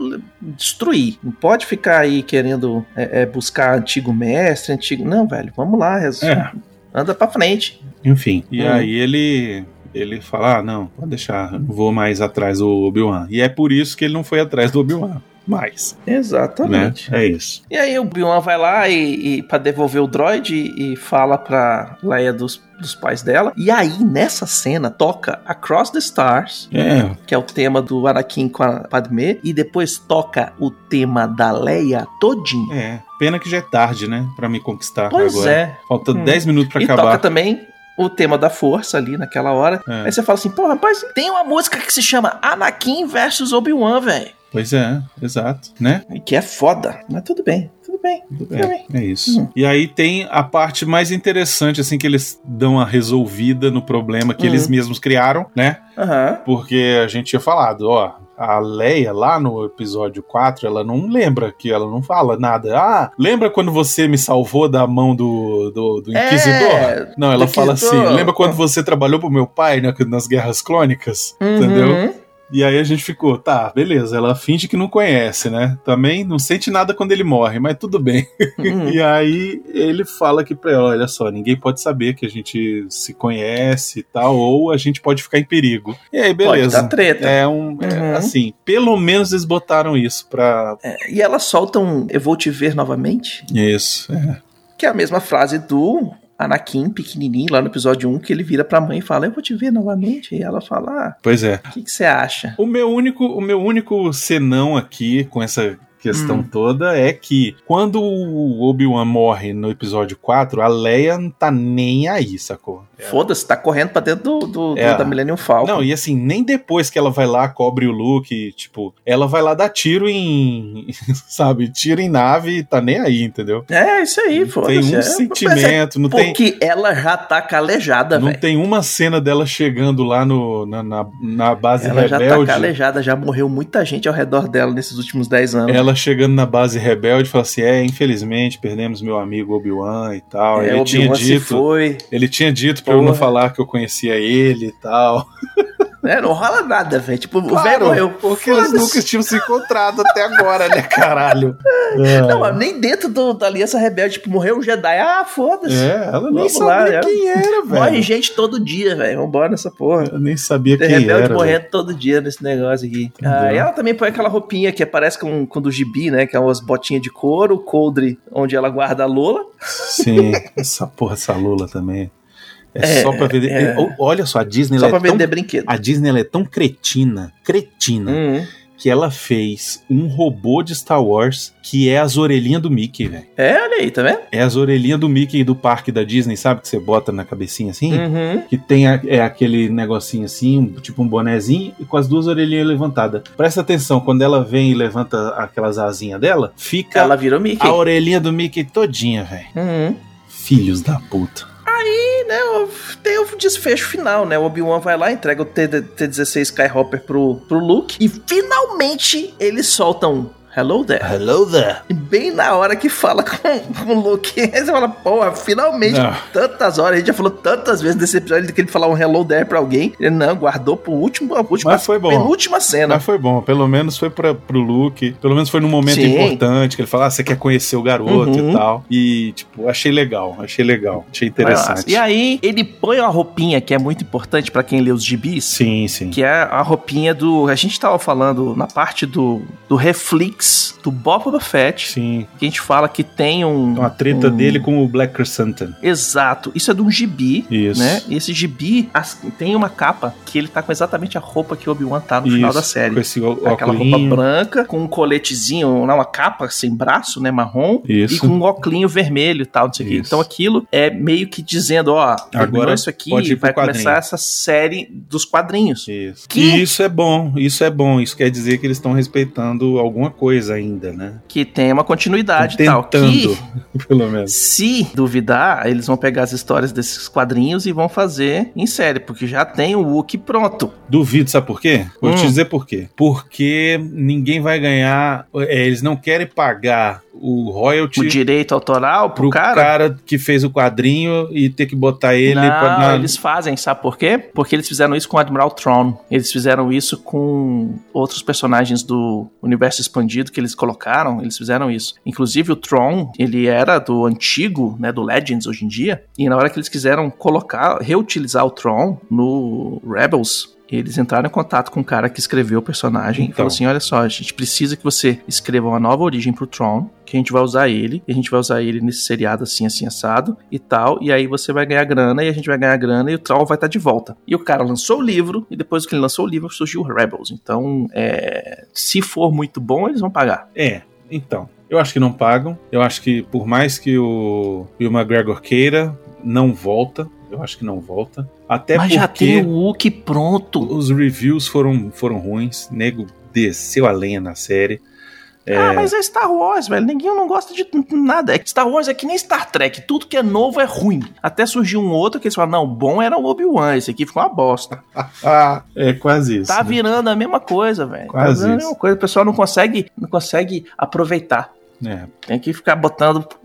S2: destruir. Não pode ficar aí querendo é, é, buscar antigo mestre, antigo. Não, velho, vamos lá, res-
S3: É.
S2: anda pra frente.
S3: Enfim. E
S2: Hum.
S3: aí ele. Ele fala: ah, não, pode deixar, eu não vou mais atrás do Obi-Wan. E é por isso que ele não foi atrás do Obi-Wan. Mais. Né?
S2: Exatamente.
S3: É isso.
S2: E aí o Obi-Wan vai lá e, e para devolver o droid e, e fala pra Leia dos, dos pais dela. E aí, nessa cena, toca Across the Stars,
S3: É.
S2: que é o tema do Anakin com a Padmé, e depois toca o tema da Leia todinho.
S3: É. Pena que já é tarde, né? Pra me conquistar
S2: pois
S3: agora.
S2: é.
S3: Falta
S2: Hum.
S3: 10 minutos pra
S2: e toca
S3: acabar.
S2: também o tema da força ali naquela hora.
S3: É.
S2: Aí você fala assim, porra, mas tem uma música que se chama Anakin versus Obi-Wan, velho.
S3: Pois é, exato. Né?
S2: E Que é foda. Mas tudo bem, tudo bem. Tudo bem.
S3: É, é isso.
S2: Hum.
S3: E aí tem a parte mais interessante, assim, que eles dão a resolvida no problema que
S2: Uhum.
S3: eles mesmos criaram, né?
S2: Aham.
S3: Porque a gente tinha falado, ó. A Leia, lá no episódio 4, ela não lembra que ela não fala nada. Ah, lembra quando você me salvou da mão do, do, do
S2: É,
S3: Inquisidor? não, ela
S2: do
S3: fala assim:
S2: Inquisidor.
S3: lembra quando você trabalhou pro meu pai na- nas guerras clônicas? Entendeu?
S2: Uhum.
S3: E aí a gente ficou, tá, beleza, ela finge que não conhece, né? Também não sente nada quando ele morre, mas tudo bem.
S2: Uhum.
S3: E aí ele fala que pra ela, olha só, ninguém pode saber que a gente se conhece e tal, ou a gente pode ficar em perigo. E aí,
S2: Pode dar
S3: beleza.
S2: treta.
S3: É um. é,
S2: Uhum.
S3: assim, pelo menos eles botaram isso pra.
S2: E elas soltam Eu Vou Te Ver Novamente,
S3: Isso. É.
S2: que é a mesma frase do Anakin, pequenininho, lá no episódio 1, que ele vira pra mãe e fala, eu vou te ver novamente. E ela fala,
S3: Pois é.
S2: ah, o que que você acha?
S3: O meu único, o meu único senão aqui com essa questão
S2: Hum.
S3: toda é que quando o Obi-Wan morre no episódio 4, a Leia não tá nem aí, sacou?
S2: Foda-se, tá correndo pra dentro do, do- do-
S3: É.
S2: da Millennium Falcon.
S3: Não, e assim, nem depois que ela vai lá, cobre o Luke, tipo, ela vai lá dar tiro em, sabe, tiro em nave e tá nem aí, entendeu?
S2: É, isso aí, foda-se.
S3: Tem um
S2: é.
S3: sentimento, não
S2: Mas é
S3: tem,
S2: Porque ela já tá calejada,
S3: não
S2: velho.
S3: tem uma cena dela chegando lá no, na, na, na base
S2: Ela já tá
S3: rebelde.
S2: calejada, já morreu muita gente ao redor dela nesses últimos 10 anos.
S3: ela chegando na base rebelde fala assim: é, infelizmente perdemos meu amigo Obi-Wan e tal.
S2: É,
S3: ele, tinha
S2: Obi-Wan se
S3: dito,
S2: foi.
S3: ele tinha dito pra eu não
S2: Porra.
S3: falar que eu conhecia ele e tal.
S2: É, não rola nada, velho. Tipo, o velho
S3: Claro,
S2: morreu.
S3: Porque eles
S2: Foda-se.
S3: nunca tinham se encontrado até agora, né, caralho?
S2: Não, mas nem dentro do- da Aliança Rebelde, tipo, morreu um Jedi. Ah, foda-se.
S3: É, ela nem
S2: Vamos
S3: sabia
S2: lá, é.
S3: quem era,
S2: Morre
S3: velho.
S2: gente todo dia, velho. Vambora nessa porra.
S3: Eu nem sabia
S2: Tem
S3: quem
S2: rebelde
S3: era. velho.
S2: morrendo todo dia nesse negócio aqui.
S3: Entendeu?
S2: Ah, e ela também põe aquela roupinha que parece com, com do gibi, né? Que é umas botinhas de couro, o coldre onde ela guarda a Lola.
S3: Sim, essa porra, essa Lula também. É,
S2: É,
S3: só pra vender.
S2: é.
S3: o- Olha só, a Disney
S2: Só
S3: ela
S2: pra
S3: é tão.
S2: vender brinquedo.
S3: A Disney ela é tão cretina, cretina,
S2: Uhum.
S3: que ela fez um robô de Star Wars que é as orelhinhas do Mickey, velho.
S2: É, olha aí, tá vendo?
S3: É as orelhinhas do Mickey do parque da Disney, sabe? Que você bota na cabecinha assim.
S2: Uhum.
S3: Que tem a- é aquele negocinho assim, um- tipo um bonezinho, e com as duas orelhinhas levantadas. Presta atenção, quando ela vem e levanta aquelas asinhas dela, fica
S2: Ela virou Mickey.
S3: Então, a orelhinha do Mickey todinha, velho.
S2: Uhum.
S3: Filhos da puta.
S2: E, né, o- tem o desfecho final, né? O Obi-Wan vai lá, entrega o T- T-16 Skyhopper pro, pro Luke e finalmente eles soltam um. Hello there.
S3: Hello there.
S2: E bem na hora que fala com, com o Luke, aí você fala, porra, finalmente,
S3: Não.
S2: tantas horas, a gente já falou tantas vezes nesse episódio que ele falar um hello there pra alguém. Ele não, guardou pro último, a última,
S3: Mas foi bom.
S2: penúltima cena.
S3: Mas foi bom, pelo menos foi pra, pro Luke, pelo menos foi num momento
S2: Sim.
S3: importante, que ele fala, ah, você quer conhecer o garoto
S2: Uhum.
S3: e tal. E, tipo, achei legal, achei legal, achei
S2: E
S3: interessante.
S2: aí, ele põe uma roupinha que é muito importante pra quem lê os gibis.
S3: Sim, sim.
S2: Que é a roupinha do. A gente tava falando na parte do, do Reflex do Boba Fett.
S3: Sim.
S2: Que a gente fala que tem um.
S3: Então a treta
S2: um-
S3: dele com o Black Crescenton.
S2: Exato. Isso é de um gibi.
S3: Isso.
S2: Né? E esse gibi as- tem uma capa que ele tá com exatamente a roupa que o Obi-Wan tá no final
S3: Isso,
S2: da série.
S3: Com esse ó-
S2: Aquela roupa
S3: óculinho.
S2: branca, com um coletezinho, né, uma capa sem braço, né? Marrom. E
S3: Isso.
S2: com um óculinho vermelho e tal, não sei o quê.
S3: Isso.
S2: Então aquilo é meio que dizendo, ó, agora
S3: Agora
S2: isso aqui
S3: pode ir pro
S2: vai começar
S3: quadrinho.
S2: essa série dos quadrinhos.
S3: Isso.
S2: Que-
S3: E isso é bom, isso é bom. Isso quer dizer que eles estão respeitando alguma coisa ainda, né?
S2: Que tem uma continuidade e tal.
S3: Tentando,
S2: Que,
S3: pelo menos.
S2: se duvidar, eles vão pegar as histórias desses quadrinhos e vão fazer em série, porque já tem o Wookiee pronto.
S3: Duvido, sabe por quê? Vou
S2: Hum.
S3: te dizer por quê. Porque ninguém vai ganhar. é, eles não querem pagar o royalty
S2: O direito autoral pro,
S3: pro cara?
S2: cara.
S3: que fez o quadrinho e ter que botar ele
S2: não,
S3: pra- na-
S2: eles fazem, sabe por quê? Porque eles fizeram isso com o Admiral Tron. Eles fizeram isso com outros personagens do universo expandido que eles colocaram, eles fizeram isso. Inclusive o Tron, ele era do antigo, né, do Legends hoje em dia, e na hora que eles quiseram colocar, reutilizar o Tron no Rebels, eles entraram em contato com o cara que escreveu o personagem e
S3: Então.
S2: falou assim: olha só, a gente precisa que você escreva uma nova origem pro Tron, que a gente vai usar ele, e a gente vai usar ele nesse seriado assim, assim, assado e tal, e aí você vai ganhar grana, e a gente vai ganhar grana, e o Tron vai estar de volta. E o cara lançou o livro, e depois que ele lançou o livro, surgiu o Rebels. Então, é, se for muito bom, eles vão pagar.
S3: É, então. Eu acho que não pagam. Eu acho que, por mais que o, e o McGregor queira, não volta. Eu acho que não volta. Até
S2: Mas
S3: porque
S2: já tem o Hulk pronto.
S3: os reviews foram, foram ruins. Nego desceu a lenha na série.
S2: Ah, mas é Star Wars, velho. Ninguém não gosta de n- nada. É que Star Wars é que nem Star Trek. Tudo que é novo é ruim. Até surgiu um outro que eles falam, não, bom era o Obi-Wan. Esse aqui ficou uma bosta.
S3: Ah, é quase isso.
S2: Tá
S3: né?
S2: virando a mesma coisa, velho. Tá
S3: Quase
S2: virando a
S3: isso.
S2: mesma coisa. O pessoal não consegue, não consegue aproveitar.
S3: É,
S2: Tem que ficar botando, Tá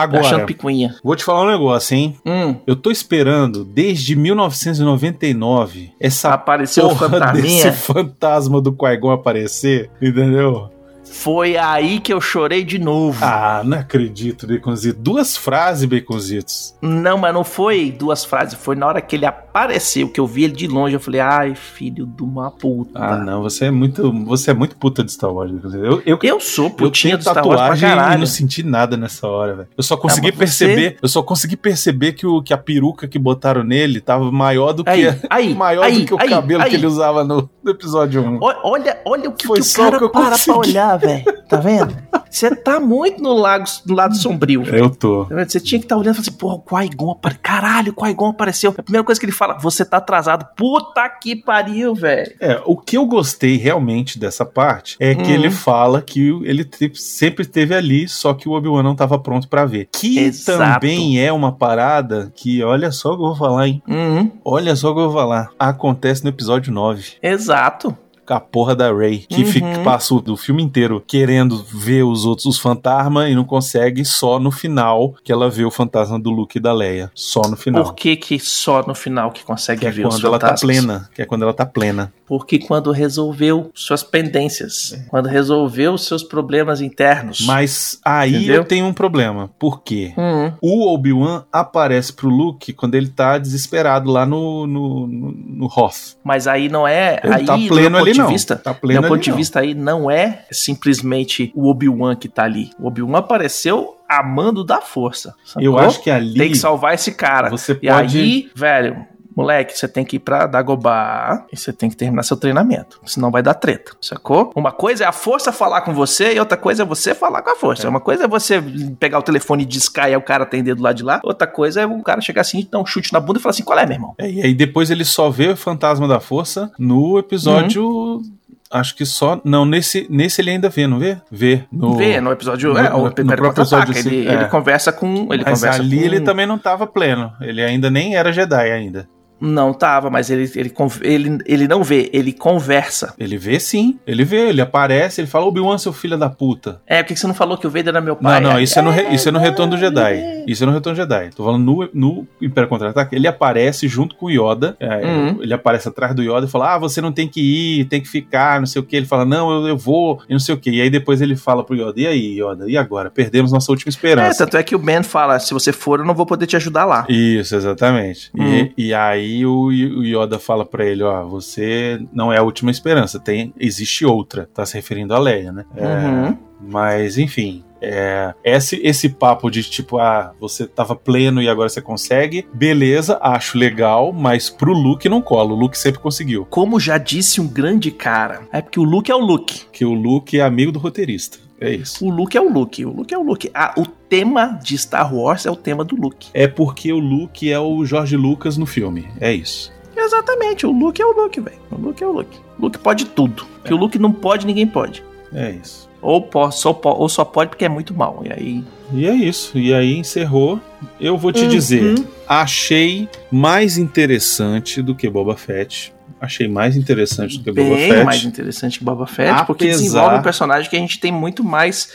S2: achando
S3: Agora,
S2: picuinha.
S3: vou te falar um negócio, hein?
S2: Hum,
S3: Eu tô esperando desde 1999 essa
S2: apareceu o
S3: porra desse
S2: fantasminha.
S3: fantasma do Qui-Gon aparecer, entendeu?
S2: Foi aí que eu chorei de novo.
S3: Ah, não acredito, Baconzito. Duas frases, Baconzitos.
S2: Não, mas não foi duas frases. Foi na hora que ele apareceu, que eu vi ele de longe. Eu falei, ai, filho de uma puta.
S3: Ah, não, você é muito, você é muito puta de Star Wars, Baconzito. Eu, eu,
S2: Eu sou
S3: eu
S2: putinha
S3: tinha
S2: do Star Wars pra
S3: tatuagem e
S2: caralho. Tá,
S3: não senti nada nessa hora, velho. Eu só consegui
S2: mas você-
S3: perceber, eu só consegui perceber que, o, que a peruca que botaram nele tava maior do que
S2: Aí, aí,
S3: maior
S2: aí,
S3: do que o
S2: aí,
S3: cabelo
S2: aí.
S3: que ele usava no, no episódio 1.
S2: O- Olha, olha o que,
S3: Foi
S2: que o
S3: só o
S2: cara
S3: que eu
S2: para pra
S3: consegui.
S2: olhar, velho. Tá vendo? Você tá muito no, lago, no lado sombrio. velho.
S3: Eu tô.
S2: Tá vendo? Você tinha que estar olhando e falar assim, porra, o Qui-Gon apareceu. Caralho, o Qui-Gon apareceu. A primeira coisa que ele fala, você tá atrasado. Puta que pariu, velho.
S3: É, o que eu gostei realmente dessa parte é que
S2: Uhum.
S3: ele fala que o- ele te- sempre esteve ali, só que o Obi-Wan não estava pronto pra ver. Que
S2: Exato.
S3: também é uma parada que, olha só o que eu vou falar, hein?
S2: Uhum,
S3: Olha só o que eu vou falar. Acontece no episódio 9,
S2: exato.
S3: com a porra da Rey, que
S2: Uhum.
S3: fica, passa o do filme inteiro querendo ver os outros, os fantasmas, e não consegue, só no final que ela vê o fantasma do Luke e da Leia. Só no final.
S2: Por que que só no final que consegue
S3: que é
S2: ver os
S3: quando ela tá
S2: fantasmas?
S3: plena. Que é quando ela tá plena.
S2: Porque quando resolveu suas pendências, quando resolveu seus problemas internos.
S3: É. Mas aí
S2: Entendeu?
S3: eu tenho um problema. Por quê?
S2: Uhum.
S3: O Obi-Wan aparece pro Luke quando ele tá desesperado lá no, no, no, no Hoth.
S2: Mas aí não é.
S3: Ele
S2: aí,
S3: tá
S2: do meu
S3: pleno
S2: ponto
S3: ali
S2: de
S3: não.
S2: vista,
S3: Tá pleno
S2: meu
S3: ali
S2: ponto de
S3: não.
S2: vista aí não é simplesmente o Obi-Wan que tá ali. O Obi-Wan apareceu amando da força.
S3: Eu
S2: sacou?
S3: acho que ali
S2: tá Tem que salvar esse cara.
S3: você
S2: E
S3: pode...
S2: aí, velho, moleque, você tem que ir pra Dagobah e você tem que terminar seu treinamento. Senão vai dar treta, sacou? Uma coisa é a força falar com você e outra coisa é você falar com a força. Uma coisa é você pegar o telefone e discar e aí o cara atender do lado de lá. Outra coisa é o cara chegar assim, dar um chute na bunda e falar assim, qual é, meu irmão?
S3: É, e aí depois ele só vê o Fantasma da Força no episódio...
S2: Uhum.
S3: Acho que só... Não, nesse, nesse ele ainda vê, não vê? Vê. No...
S2: Vê no episódio.
S3: no-
S2: é,
S3: no-
S2: o
S3: no
S2: Império
S3: próprio
S2: Contra-Ataca.
S3: episódio,
S2: Ele,
S3: sim,
S2: ele
S3: é.
S2: conversa com. Ele
S3: Mas
S2: conversa
S3: ali tá-
S2: com...
S3: ele também não tava pleno. Ele ainda nem era Jedi ainda.
S2: Não tava, mas ele, ele, conv- ele, ele não vê, ele conversa.
S3: Ele vê sim, ele vê, ele aparece, ele fala, Obi-Wan, seu filho da puta.
S2: É, por que que você não falou que o Vader era meu
S3: Não,
S2: pai?
S3: não, isso é, no, re-
S2: É,
S3: isso é no Retorno do
S2: é.
S3: Jedi. Isso é no Retorno do Jedi. Tô falando no, no Império Contra-Ataque, ele aparece junto com o Yoda. é,
S2: Uhum.
S3: Ele aparece atrás do Yoda e fala: Ah, você não tem que ir, tem que ficar, não sei o que. Ele fala: Não, eu, eu vou, e não sei o que. E aí depois ele fala pro Yoda: E aí, Yoda, e agora? Perdemos nossa última
S2: É,
S3: esperança.
S2: tanto é que o Ben fala, se você for, eu não vou poder te ajudar lá.
S3: Isso, exatamente. E-
S2: Uhum.
S3: E, aí o, o Yoda fala pra ele, ó, você não é a última esperança, tem existe outra. Tá se referindo a Leia, né? É,
S2: Uhum.
S3: Mas enfim, é, esse esse papo de tipo, ah, você tava pleno e agora você consegue, beleza, acho legal, mas pro Luke não cola. O Luke sempre conseguiu,
S2: Como já disse um grande cara, é porque o Luke é o Luke.
S3: que o Luke é amigo do roteirista. É isso.
S2: O Luke é o Luke, o Luke é o Luke. Ah, o tema de Star Wars é o tema do Luke.
S3: É porque o Luke é o Jorge Lucas no filme. É isso.
S2: Exatamente, o Luke é o Luke, velho. O Luke é o Luke. O Luke pode tudo. Que o Luke não pode, ninguém pode.
S3: É isso.
S2: Ou, po- só po- ou só pode porque é muito mal. E aí.
S3: E é isso. E aí encerrou. Eu vou te
S2: Uhum.
S3: dizer, achei mais interessante do que Boba Fett. Achei mais interessante do que Boba
S2: bem
S3: Fett.
S2: mais interessante que Boba Fett, porque
S3: Apesar-
S2: desenvolve um personagem que a gente tem muito mais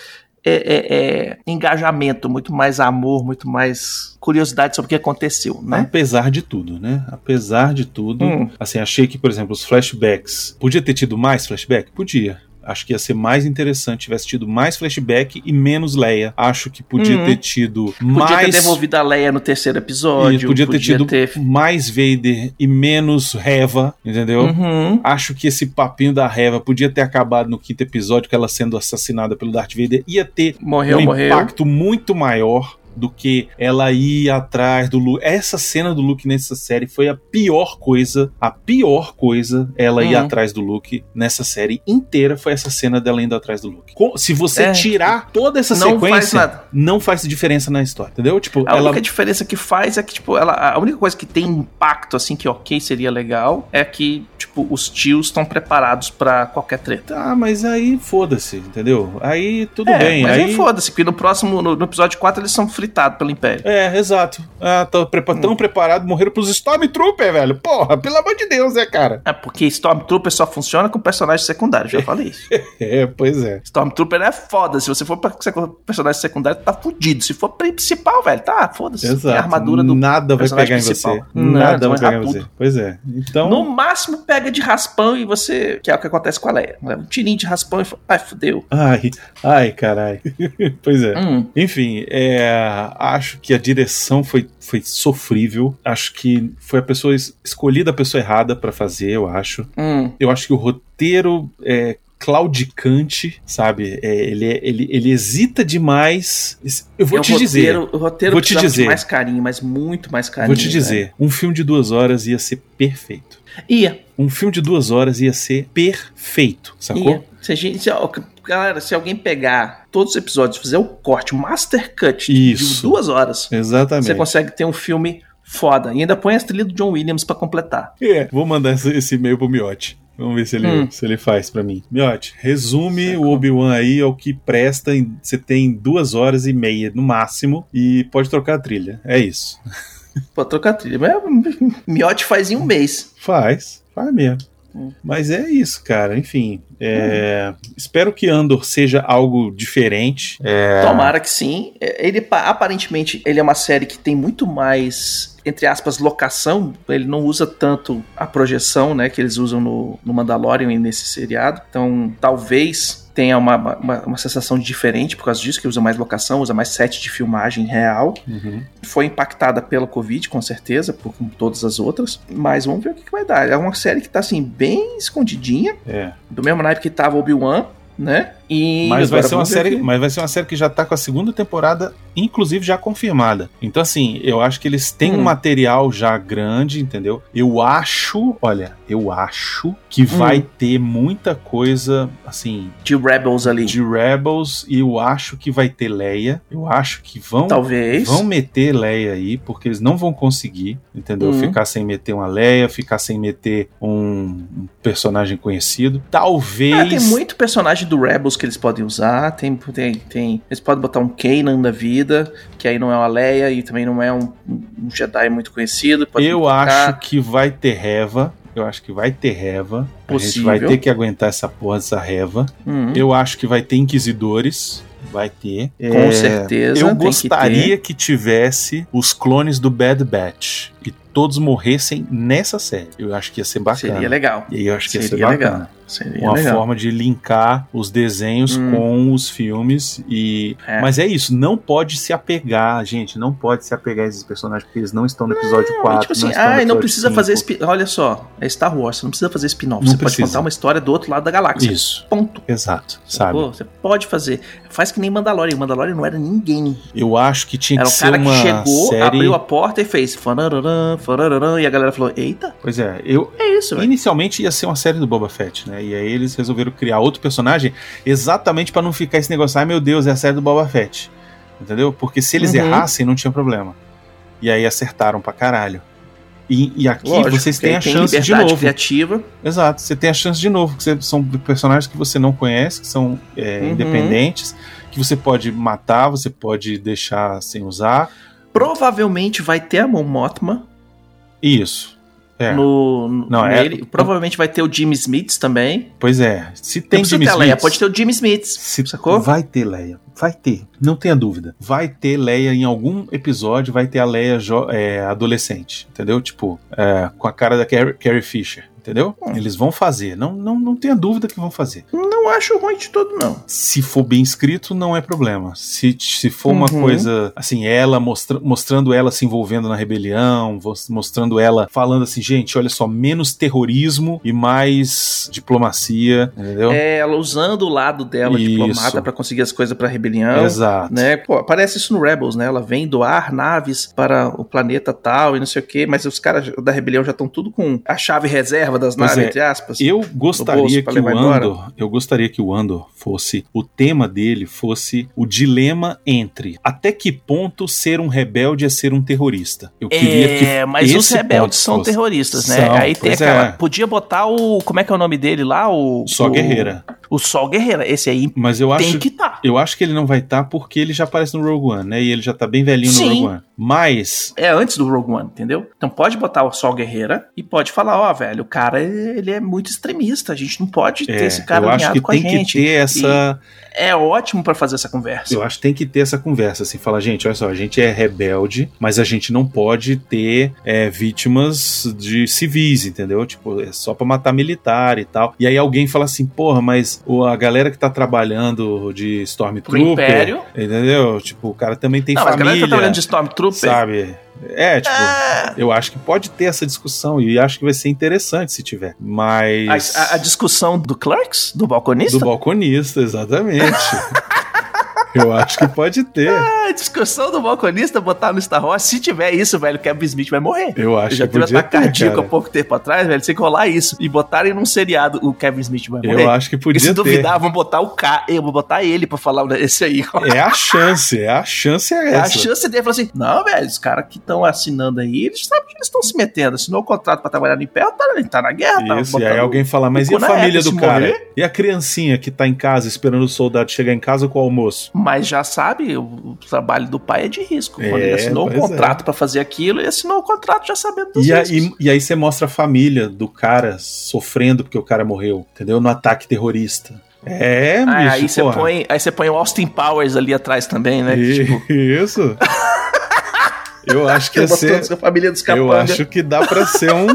S2: é, é, é, engajamento, muito mais amor, muito mais curiosidade sobre o que aconteceu, né?
S3: Apesar de tudo, né? Apesar de tudo.
S2: Hum.
S3: Assim, achei que, por exemplo, os flashbacks. Podia ter tido mais flashback? Podia. Acho que ia ser mais interessante se tivesse tido mais flashback e menos Leia. Acho que podia
S2: Uhum.
S3: ter tido
S2: Podia ter
S3: mais.
S2: devolvido a Leia no terceiro
S3: e
S2: episódio.
S3: É. podia ter tido um mais Vader e menos Reva, entendeu?
S2: Uhum.
S3: Acho que esse papinho da Reva podia ter acabado no quinto episódio, que ela sendo assassinada pelo Darth Vader ia ter
S2: Morreu,
S3: um
S2: morreu.
S3: impacto muito maior do que ela ir atrás do Luke. Essa cena do Luke nessa série foi a pior coisa, a pior coisa ela ir
S2: Uhum.
S3: atrás do Luke nessa série inteira foi essa cena dela indo atrás do Luke. Co- Se você
S2: É.
S3: tirar toda essa
S2: Não
S3: sequência,
S2: faz nada.
S3: não faz diferença na história, entendeu? Tipo,
S2: A
S3: ela
S2: única diferença que faz é que, tipo, ela, a única coisa que tem impacto, assim, que ok, seria legal, é que, tipo, os tios estão preparados pra qualquer treta.
S3: Tá, mas aí foda-se, entendeu? Aí tudo
S2: é,
S3: bem.
S2: mas
S3: aí
S2: aí foda-se, porque no próximo, no, no episódio 4, eles são fritados pelo Império.
S3: É, exato. Ah, tão, prepa
S2: Hum.
S3: tão preparado, morreram pros Stormtrooper, velho. Porra, pelo amor de Deus, né, cara?
S2: É porque Stormtrooper só funciona com personagem secundário, já falei isso.
S3: É, pois é.
S2: Stormtrooper é foda, se você for pra secu- personagem secundário, tá fudido. Se for principal, velho, tá, foda-se.
S3: Exato.
S2: A armadura do.
S3: Nada vai
S2: personagem
S3: pegar em você.
S2: principal.
S3: Nada
S2: Não,
S3: vai
S2: vai
S3: pegar em
S2: errar
S3: você. Pois é. Então.
S2: No máximo pega de raspão e você. Que é o que acontece com a Leia. Leva Um tirinho de raspão e fala, ai, fudeu.
S3: Ai, ai, caralho. pois é.
S2: Hum.
S3: Enfim, é, acho que a direção foi, foi sofrível. Acho que foi a pessoa es- escolhida a pessoa errada pra fazer, eu acho.
S2: Hum.
S3: eu acho que o roteiro é claudicante, sabe? É, ele, ele, ele hesita demais. Eu vou
S2: É, o
S3: te
S2: roteiro, né?
S3: dizer.
S2: O roteiro
S3: Vou te
S2: precisava de
S3: dizer.
S2: mais carinho, mas muito mais carinho.
S3: Vou te
S2: velho.
S3: dizer. Um filme de duas horas ia ser perfeito.
S2: Ia,
S3: Um filme de duas horas ia ser perfeito, sacou?
S2: ia. Se a gente, se, ó, galera, se alguém pegar todos os episódios, fizer o corte, o master cut
S3: Isso.
S2: de duas horas, você
S3: Exatamente.
S2: consegue ter um filme foda. E ainda põe a trilha do John Williams pra completar.
S3: É, Vou mandar esse, esse e-mail pro Miotti. Vamos ver se ele,
S2: Hum.
S3: se ele faz pra mim. Miotti, resume o Obi-Wan aí ao que presta. em- Você tem duas horas e meia no máximo e pode trocar a trilha. É isso.
S2: Pô, trocar a trilha. Mas, Miote faz em um mês.
S3: Faz, faz mesmo.
S2: Hum.
S3: Mas é isso, cara. Enfim, é, espero que Andor seja algo diferente. É,
S2: Tomara que sim. É, Ele, pa- aparentemente, ele é uma série que tem muito mais, entre aspas, locação. Ele não usa tanto a projeção, né, que eles usam no, no Mandalorian e nesse seriado. Então, talvez tenha uma, uma, uma sensação diferente por causa disso, que usa mais locação, usa mais set de filmagem real. foi impactada pela Covid, com certeza, por, como todas as outras, mas vamos ver o que, que vai dar. É uma série que tá assim, bem escondidinha,
S3: é.
S2: do mesmo naipe que tava Obi-Wan, né? E
S3: Mas vai
S2: agora
S3: ser uma
S2: vamos ver
S3: série,
S2: o que-
S3: mas vai ser uma série que já tá com a segunda temporada, inclusive já confirmada. Então assim, eu acho que eles têm um
S2: Hum.
S3: material já grande, entendeu? Eu acho, olha, eu acho que
S2: Hum.
S3: vai ter muita coisa assim
S2: De Rebels ali.
S3: de Rebels e eu acho que vai ter Leia. Eu acho que vão
S2: Talvez.
S3: Vão meter Leia aí, porque eles não vão conseguir, entendeu?
S2: Uhum.
S3: Ficar sem meter uma Leia, ficar sem meter um um personagem conhecido.
S2: Ah, tem
S3: Talvez.
S2: muito personagem do Rebels pessoas que eles podem usar, tem, tem, tem eles podem botar um Kanan da vida, que aí não é uma Leia e também não é um, um Jedi muito conhecido. pode
S3: Eu
S2: botar.
S3: acho que vai ter reva. Eu acho que vai ter reva. A gente
S2: Possível.
S3: vai ter que aguentar essa porra dessa reva.
S2: Uhum.
S3: Eu acho que vai ter inquisidores. Vai ter. É,
S2: Com certeza,
S3: Eu
S2: tem que
S3: gostaria que, tivesse os clones do Bad Batch. Que todos morressem nessa série. Eu acho que ia ser bacana.
S2: Seria legal.
S3: E eu acho que ia ser
S2: Seria legal.
S3: bacana.
S2: Seria
S3: Uma
S2: é legal.
S3: forma de linkar os desenhos
S2: Hum.
S3: com os filmes e
S2: É.
S3: mas é isso, não pode se apegar, gente, não pode se apegar a esses personagens porque eles não estão no episódio 4,
S2: tipo assim,
S3: não estão no
S2: ah, e não
S3: episódio
S2: precisa
S3: 5.
S2: fazer spin Olha só, é Star Wars, você não precisa fazer spin-off.
S3: Não
S2: Você pode
S3: precisa.
S2: contar uma história do outro lado da galáxia.
S3: Isso,
S2: Ponto.
S3: exato, sabe?
S2: Pô, você pode fazer. Faz que nem Mandalorian. Mandalorian não era ninguém.
S3: Eu acho que tinha
S2: Era
S3: que
S2: o
S3: ser
S2: cara que
S3: uma
S2: chegou,
S3: série.
S2: abriu a porta e fez. Farararã, farararã, e a galera falou: Eita,
S3: Pois é, eu
S2: é isso, velho.
S3: inicialmente ia ser uma série do Boba Fett, né? E aí eles resolveram criar outro personagem exatamente pra não ficar esse negócio, ai meu Deus, é a série do Boba Fett. Entendeu? Porque se eles
S2: Uhum.
S3: errassem, não tinha problema. E aí acertaram pra caralho. E, e aqui
S2: Lógico,
S3: vocês
S2: porque
S3: têm a
S2: aí tem
S3: chance de
S2: liberdade é-
S3: novo.
S2: criativa.
S3: Exato, você tem a chance de novo, que você- são personagens que você não conhece, que são é,
S2: Uhum.
S3: independentes, que você pode matar, você pode deixar sem usar.
S2: Provavelmente vai ter a Mon Mothma
S3: Isso. É,
S2: no, no-
S3: Não, é-
S2: nele. Provavelmente vai ter o Jimmy Smith também.
S3: Pois é. Se
S2: Não
S3: tem
S2: precisa
S3: Jimmy
S2: ter a Leia,
S3: Smith,
S2: pode ter o Jimmy Smith.
S3: se-
S2: sacou?
S3: Vai ter Leia. Vai ter. Não tenha dúvida. Vai ter Leia em algum episódio, vai ter a Leia jo- é, adolescente. Entendeu? Tipo, é, com a cara da Carrie, Carrie Fisher. Entendeu?
S2: Hum.
S3: Eles vão fazer. Não, não, não tenha dúvida que vão fazer.
S2: Não acho ruim de todo, não.
S3: se for bem escrito, não é problema. Se, se for uma
S2: Uhum.
S3: coisa, assim, ela mostra, mostrando ela se envolvendo na rebelião, mos- mostrando ela falando assim, gente, olha só, menos terrorismo e mais diplomacia, entendeu?
S2: É, ela usando o lado dela
S3: Então. Isso.
S2: diplomata pra conseguir as coisas pra rebelião.
S3: Exato.
S2: né? Pô, aparece isso no Rebels, né? Ela vem doar naves para o planeta tal e não sei o que, mas os caras da rebelião já estão tudo com a chave reserva das
S3: Pois
S2: naves,
S3: é.
S2: entre aspas.
S3: Eu
S2: bolso
S3: gostaria
S2: pra
S3: que o
S2: levar embora.
S3: Andor, eu gostaria que o Andor fosse o tema dele fosse o dilema entre até que ponto ser um rebelde é ser um terrorista. Eu queria que
S2: É, mas os
S3: esse ponto
S2: rebeldes são
S3: fosse.
S2: terroristas, né?
S3: São,
S2: Aí tem
S3: pois
S2: aquela.
S3: é.
S2: Podia botar o. Como é que é o nome dele lá? O.
S3: só
S2: o-
S3: guerreira.
S2: O Sol Guerreira. Esse aí
S3: Mas eu acho
S2: tem que tá. estar.
S3: Eu acho que ele não vai estar porque ele já aparece no Rogue One, né? E ele já tá bem velhinho
S2: Sim.
S3: no Rogue One. Mas
S2: É antes do Rogue One, entendeu? Então pode botar o Sol Guerreira e pode falar, ó, velho, o cara ele é muito extremista, a gente não pode ter
S3: é,
S2: esse cara
S3: eu acho
S2: alinhado
S3: que
S2: com a
S3: tem que
S2: gente.
S3: ter essa,
S2: É ótimo pra fazer essa conversa.
S3: eu acho que tem que ter essa conversa assim, falar gente, olha só, a gente é rebelde, mas a gente não pode ter é, vítimas de civis, entendeu? Tipo, é só pra matar militar e tal. E aí alguém fala assim, porra, mas o- a galera que tá trabalhando de
S2: Pro
S3: Stormtrooper,
S2: Império.
S3: entendeu? Tipo, o cara também tem
S2: não, mas a galera
S3: família,
S2: tá trabalhando de Stormtrooper.
S3: sabe? É, tipo,
S2: Ah,
S3: Eu acho que pode ter essa discussão e acho que vai ser interessante se tiver. Mas.
S2: a, a- a discussão do Clerks, do balconista?
S3: do balconista, exatamente. eu acho que pode ter.
S2: Ah, a discussão do balconista botar no Star Wars. Se tiver isso, velho, Kevin Smith vai morrer.
S3: Eu
S2: Eu
S3: acho
S2: já
S3: que
S2: teve um
S3: podia
S2: ataque
S3: ter.
S2: cardíaco há
S3: Cara.
S2: pouco tempo atrás, velho. Se colar isso e botarem num seriado, o Kevin Smith vai morrer.
S3: Eu acho que
S2: É. e
S3: podia
S2: se
S3: ter.
S2: duvidar, vão botar o K. Eu vou botar ele pra falar esse aí.
S3: É a chance, é a chance é
S2: É a
S3: essa.
S2: chance dele falar assim: não, velho, os caras que estão assinando aí, eles sabem que eles estão se metendo. Assinou o contrato pra trabalhar no Império, tá, tá na guerra, tá
S3: Isso, e aí
S2: botando-
S3: alguém fala, mas e
S2: cu
S3: a
S2: na
S3: família
S2: reta,
S3: do
S2: se
S3: cara?
S2: morrer?
S3: E a criancinha que tá em casa esperando o soldado chegar em casa com o almoço?
S2: Mas já sabe, o o trabalho do pai é de risco. Quando
S3: É,
S2: ele assinou o
S3: pois
S2: contrato pra fazer aquilo, ele assinou o contrato já sabendo dos
S3: E aí,
S2: riscos.
S3: e aí você mostra a família do cara sofrendo porque o cara morreu, entendeu? No ataque terrorista. É,
S2: Ah,
S3: bicho,
S2: aí você
S3: porra.
S2: põe, aí você põe o Austin Powers ali atrás também, né? Que,
S3: E-
S2: tipo, É
S3: Isso. Eu acho que
S2: que
S3: ia
S2: botou
S3: ser,
S2: a família dos
S3: eu
S2: capangas.
S3: acho que dá pra ser um,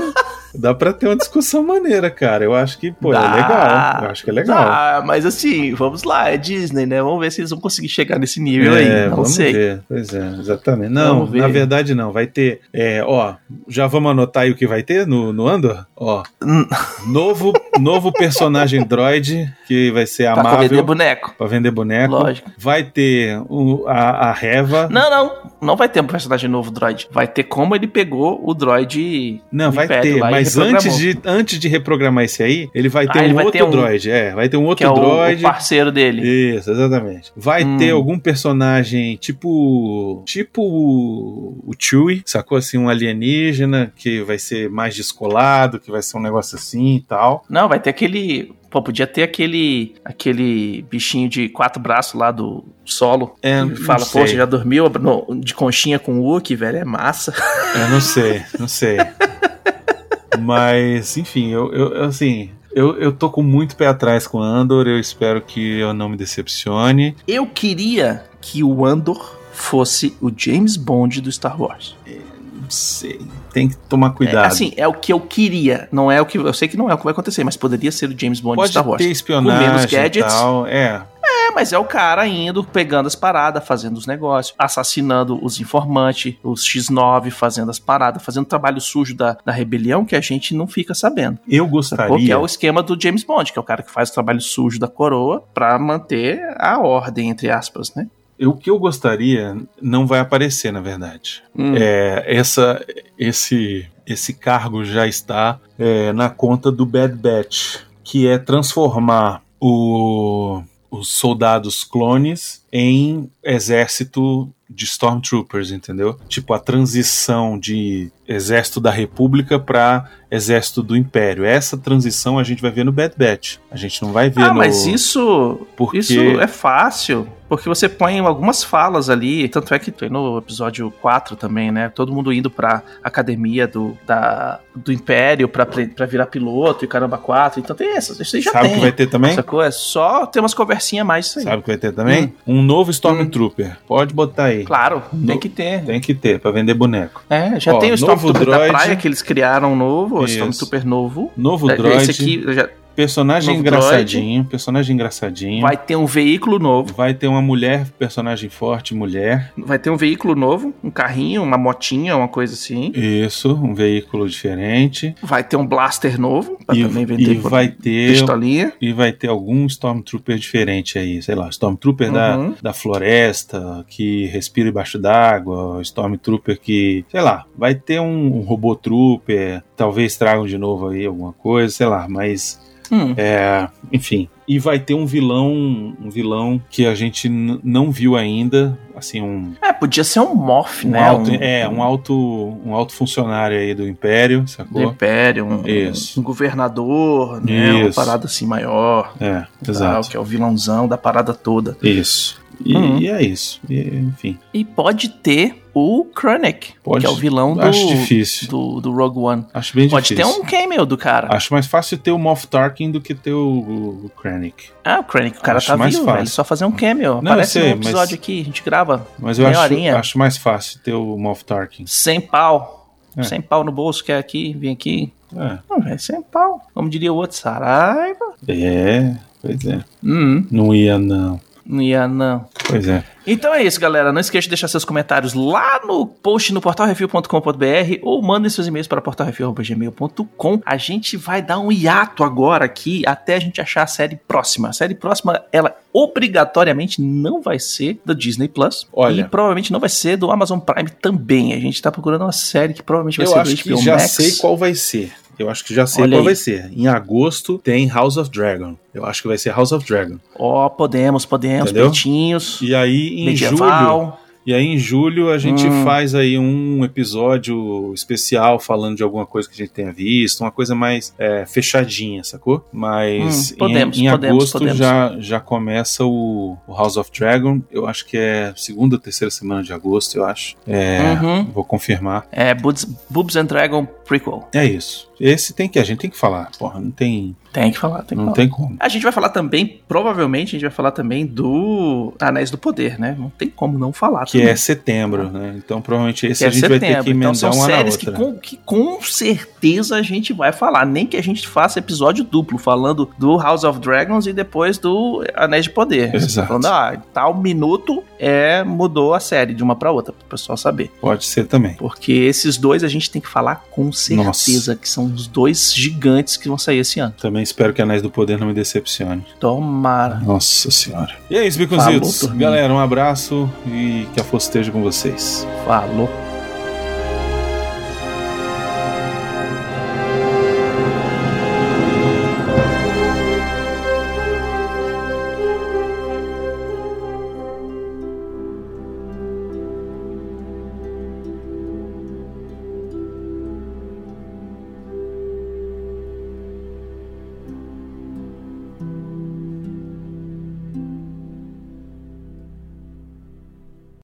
S3: dá pra ter uma discussão maneira, cara. Eu acho que, pô, é legal. Eu acho que é legal.
S2: Ah, mas assim, vamos lá, é Disney, né? Vamos ver se eles vão conseguir chegar nesse nível
S3: É,
S2: aí. Não
S3: vamos
S2: sei.
S3: ver. Pois é, exatamente. Não,
S2: Vamos ver.
S3: na verdade não. Vai ter, é, ó, já vamos anotar aí o que vai ter no, no Andor? Ó,
S2: Hum.
S3: novo, novo personagem droid que vai ser
S2: Pra comer
S3: amável É,
S2: boneco.
S3: pra vender boneco.
S2: Lógico.
S3: Vai ter o- a, a Reva.
S2: Não, não. Não vai ter um personagem novo droid. Vai ter como ele pegou o droid.
S3: Não,
S2: do
S3: vai
S2: Império
S3: ter,
S2: lá e
S3: mas
S2: reprogramou,
S3: antes de, antes de reprogramar esse aí, ele vai
S2: Ah,
S3: ter
S2: ele
S3: um
S2: vai
S3: outro
S2: ter um-
S3: droid. É, vai ter um
S2: Que
S3: outro
S2: é o, o
S3: droid.
S2: parceiro dele.
S3: Isso, exatamente. Vai
S2: Hum.
S3: ter algum personagem tipo. Tipo o o Chewie, sacou? Assim, um alienígena que vai ser mais descolado, que vai ser um negócio assim e tal.
S2: Não, vai ter aquele. Pô, podia ter aquele, aquele bichinho de quatro braços lá do solo.
S3: É,
S2: que
S3: não
S2: fala,
S3: sei.
S2: pô, você já dormiu no- de conchinha com o Wookie, velho? É massa.
S3: Eu não sei, não sei. Mas, enfim, eu, eu- eu, assim. Eu, eu tô com muito pé atrás com Andor, eu espero que eu não me decepcione.
S2: Eu queria que o Andor fosse o James Bond do Star Wars.
S3: Não sei, tem que tomar
S2: É,
S3: cuidado.
S2: assim, é o que eu queria. Não é o que. Eu sei que não é o que vai acontecer, mas poderia ser o James Bond do
S3: Pode
S2: Star Wars.
S3: ter espionagem
S2: Com menos
S3: e
S2: gadgets.
S3: tal. É,
S2: É, mas é o cara indo, pegando as paradas, fazendo os negócios, assassinando os informantes, os X9 fazendo as paradas, fazendo o trabalho sujo da, da rebelião que a gente não fica sabendo. Sacou?
S3: eu
S2: Que é
S3: gostaria.
S2: o esquema do James Bond, que é o cara que faz o trabalho sujo da coroa pra manter a ordem, entre aspas, né?
S3: eu- O que eu gostaria não vai aparecer, na verdade.
S2: Hum.
S3: É, essa, esse, esse cargo já está é, na conta do Bad Batch, que é transformar o- os soldados clones em exército de Stormtroopers, entendeu? Tipo a transição de exército da República para exército do Império. Essa transição a gente vai ver no Bad Batch. A gente não vai ver
S2: Ah,
S3: no
S2: mas isso,
S3: Porque-
S2: isso é fácil, porque você põe algumas falas ali, tanto é que tem no episódio 4 também, né? Todo mundo indo pra academia do, da, do Império pra, pre- pra virar piloto e caramba 4, então tem essas, isso aí já
S3: Sabe o
S2: tem.
S3: que vai ter também?
S2: Sacou? É só ter umas conversinhas mais isso aí.
S3: Sabe o que vai ter também? Um novo Stormtrooper. Pode botar aí.
S2: Hum. Claro,
S3: No-
S2: tem que ter.
S3: Tem que ter para vender boneco.
S2: É, já
S3: Ó,
S2: tem o
S3: novo
S2: Stormtrooper da
S3: droid.
S2: praia que eles criaram um novo, o
S3: Isso.
S2: Stormtrooper novo.
S3: Novo
S2: É,
S3: Tipo droid,
S2: Esse aqui já
S3: personagem
S2: novo
S3: engraçadinho, personagem engraçadinho. Vai.
S2: vai ter um veículo novo,
S3: ter uma mulher, personagem forte, mulher.
S2: vai ter um veículo novo, um carrinho, uma motinha, uma coisa assim.
S3: Isso, um veículo diferente.
S2: Vai ter um blaster novo pra
S3: E,
S2: também
S3: e
S2: vender com
S3: vai ter
S2: pistolinha.
S3: e vai ter algum Stormtrooper diferente aí, sei lá, Stormtrooper um da,
S2: Uhum.
S3: da floresta, que respira embaixo d'água, Stormtrooper que, sei lá, vai ter um, um robô trooper, talvez tragam de novo aí alguma coisa, sei lá, mas
S2: Hum,
S3: É, enfim. E vai ter um vilão, um vilão que a gente n- não viu ainda, assim, um,
S2: É. podia ser um morph,
S3: um
S2: né?
S3: alto,
S2: um,
S3: é, um alto, um alto funcionário aí do Império,
S2: do
S3: sacou?
S2: Império, um,
S3: Isso.
S2: um governador, né? Uma
S3: Isso.
S2: parada assim maior.
S3: É,
S2: Tal,
S3: exato.
S2: que é o vilãozão da parada toda.
S3: Isso. E,
S2: Uhum.
S3: e é isso. E, enfim,
S2: E pode ter o Krennic,
S3: Pode.
S2: que é o vilão do,
S3: acho difícil.
S2: do, do Rogue One.
S3: Acho bem
S2: Pode
S3: difícil.
S2: ter um cameo do cara.
S3: Acho mais fácil ter o Moff Tarkin do que ter o, o Krennic.
S2: Ah, o Krennic, o cara
S3: Acho
S2: tá
S3: mais
S2: vivo,
S3: fácil.
S2: velho. Só fazer um cameo.
S3: Não,
S2: Aparece
S3: eu sei,
S2: no episódio
S3: mas-
S2: aqui, a gente grava
S3: Mas eu
S2: Meia
S3: acho,
S2: horinha.
S3: acho mais fácil ter o Moff Tarkin.
S2: sem pau.
S3: É.
S2: Sem pau no bolso, quer aqui, vem aqui.
S3: É,
S2: Não, velho, sem pau. Como diria o outro, Saraiva.
S3: é pois é.
S2: Hum,
S3: Não ia, não.
S2: não ia não.
S3: Pois é.
S2: Então é isso, galera. Não esqueça de deixar seus comentários lá no post no portalrefil.com.br ou mandem seus e-mails para portalrefil.gmail.com. A gente vai dar um hiato agora aqui até a gente achar a série próxima. A série próxima, ela obrigatoriamente não vai ser da Disney Plus.
S3: Olha.
S2: E provavelmente não vai ser do Amazon Prime também. A gente tá procurando uma série que provavelmente vai
S3: Eu
S2: ser
S3: acho
S2: do
S3: que
S2: HBO
S3: já
S2: Max.
S3: sei qual vai ser. Eu acho que já sei
S2: Olha
S3: qual
S2: aí.
S3: vai ser. Em agosto tem House of Dragon. Eu acho que vai ser House of Dragon.
S2: Ó, podemos, podemos,
S3: Entendeu?
S2: peitinhos,
S3: E aí em julho,
S2: medieval.
S3: e aí em julho a gente
S2: Hum.
S3: faz aí um episódio especial falando de alguma coisa que a gente tenha visto, uma coisa mais é, fechadinha, sacou? Mas
S2: Hum, podemos,
S3: em, em
S2: podemos,
S3: agosto
S2: podemos.
S3: já já começa o, o House of Dragon. Eu acho que é segunda ou terceira semana de agosto, eu acho. É,
S2: Uhum.
S3: vou confirmar.
S2: É, Boobs, Boobs and Dragon prequel.
S3: É isso. Esse tem que a gente tem que falar. Porra, não tem
S2: Tem que falar, tem que
S3: não
S2: falar.
S3: tem como.
S2: A gente vai falar também, provavelmente, a gente vai falar também do Anéis do Poder, né? Não tem como não falar.
S3: Que
S2: também.
S3: é setembro, né? Então provavelmente esse
S2: Que é
S3: a gente vai ter que
S2: então
S3: emendar
S2: são
S3: uma na
S2: séries que
S3: outra.
S2: com, que com certeza a gente vai falar. Nem que a gente faça episódio duplo, falando do House of Dragons e depois do Anéis de Poder.
S3: Exato.
S2: Falando, ah, tal minuto é, mudou a série de uma pra outra, pro pessoal saber.
S3: Pode ser também.
S2: Porque esses dois a gente tem que falar com certeza, que são os dois gigantes que vão sair esse ano.
S3: Também espero que Anéis do Poder não me decepcione.
S2: Tomara.
S3: Nossa senhora. E é isso,
S2: Falou,
S3: Biconzitos.
S2: turminha.
S3: Galera, um abraço e que a força esteja com vocês.
S2: Falou.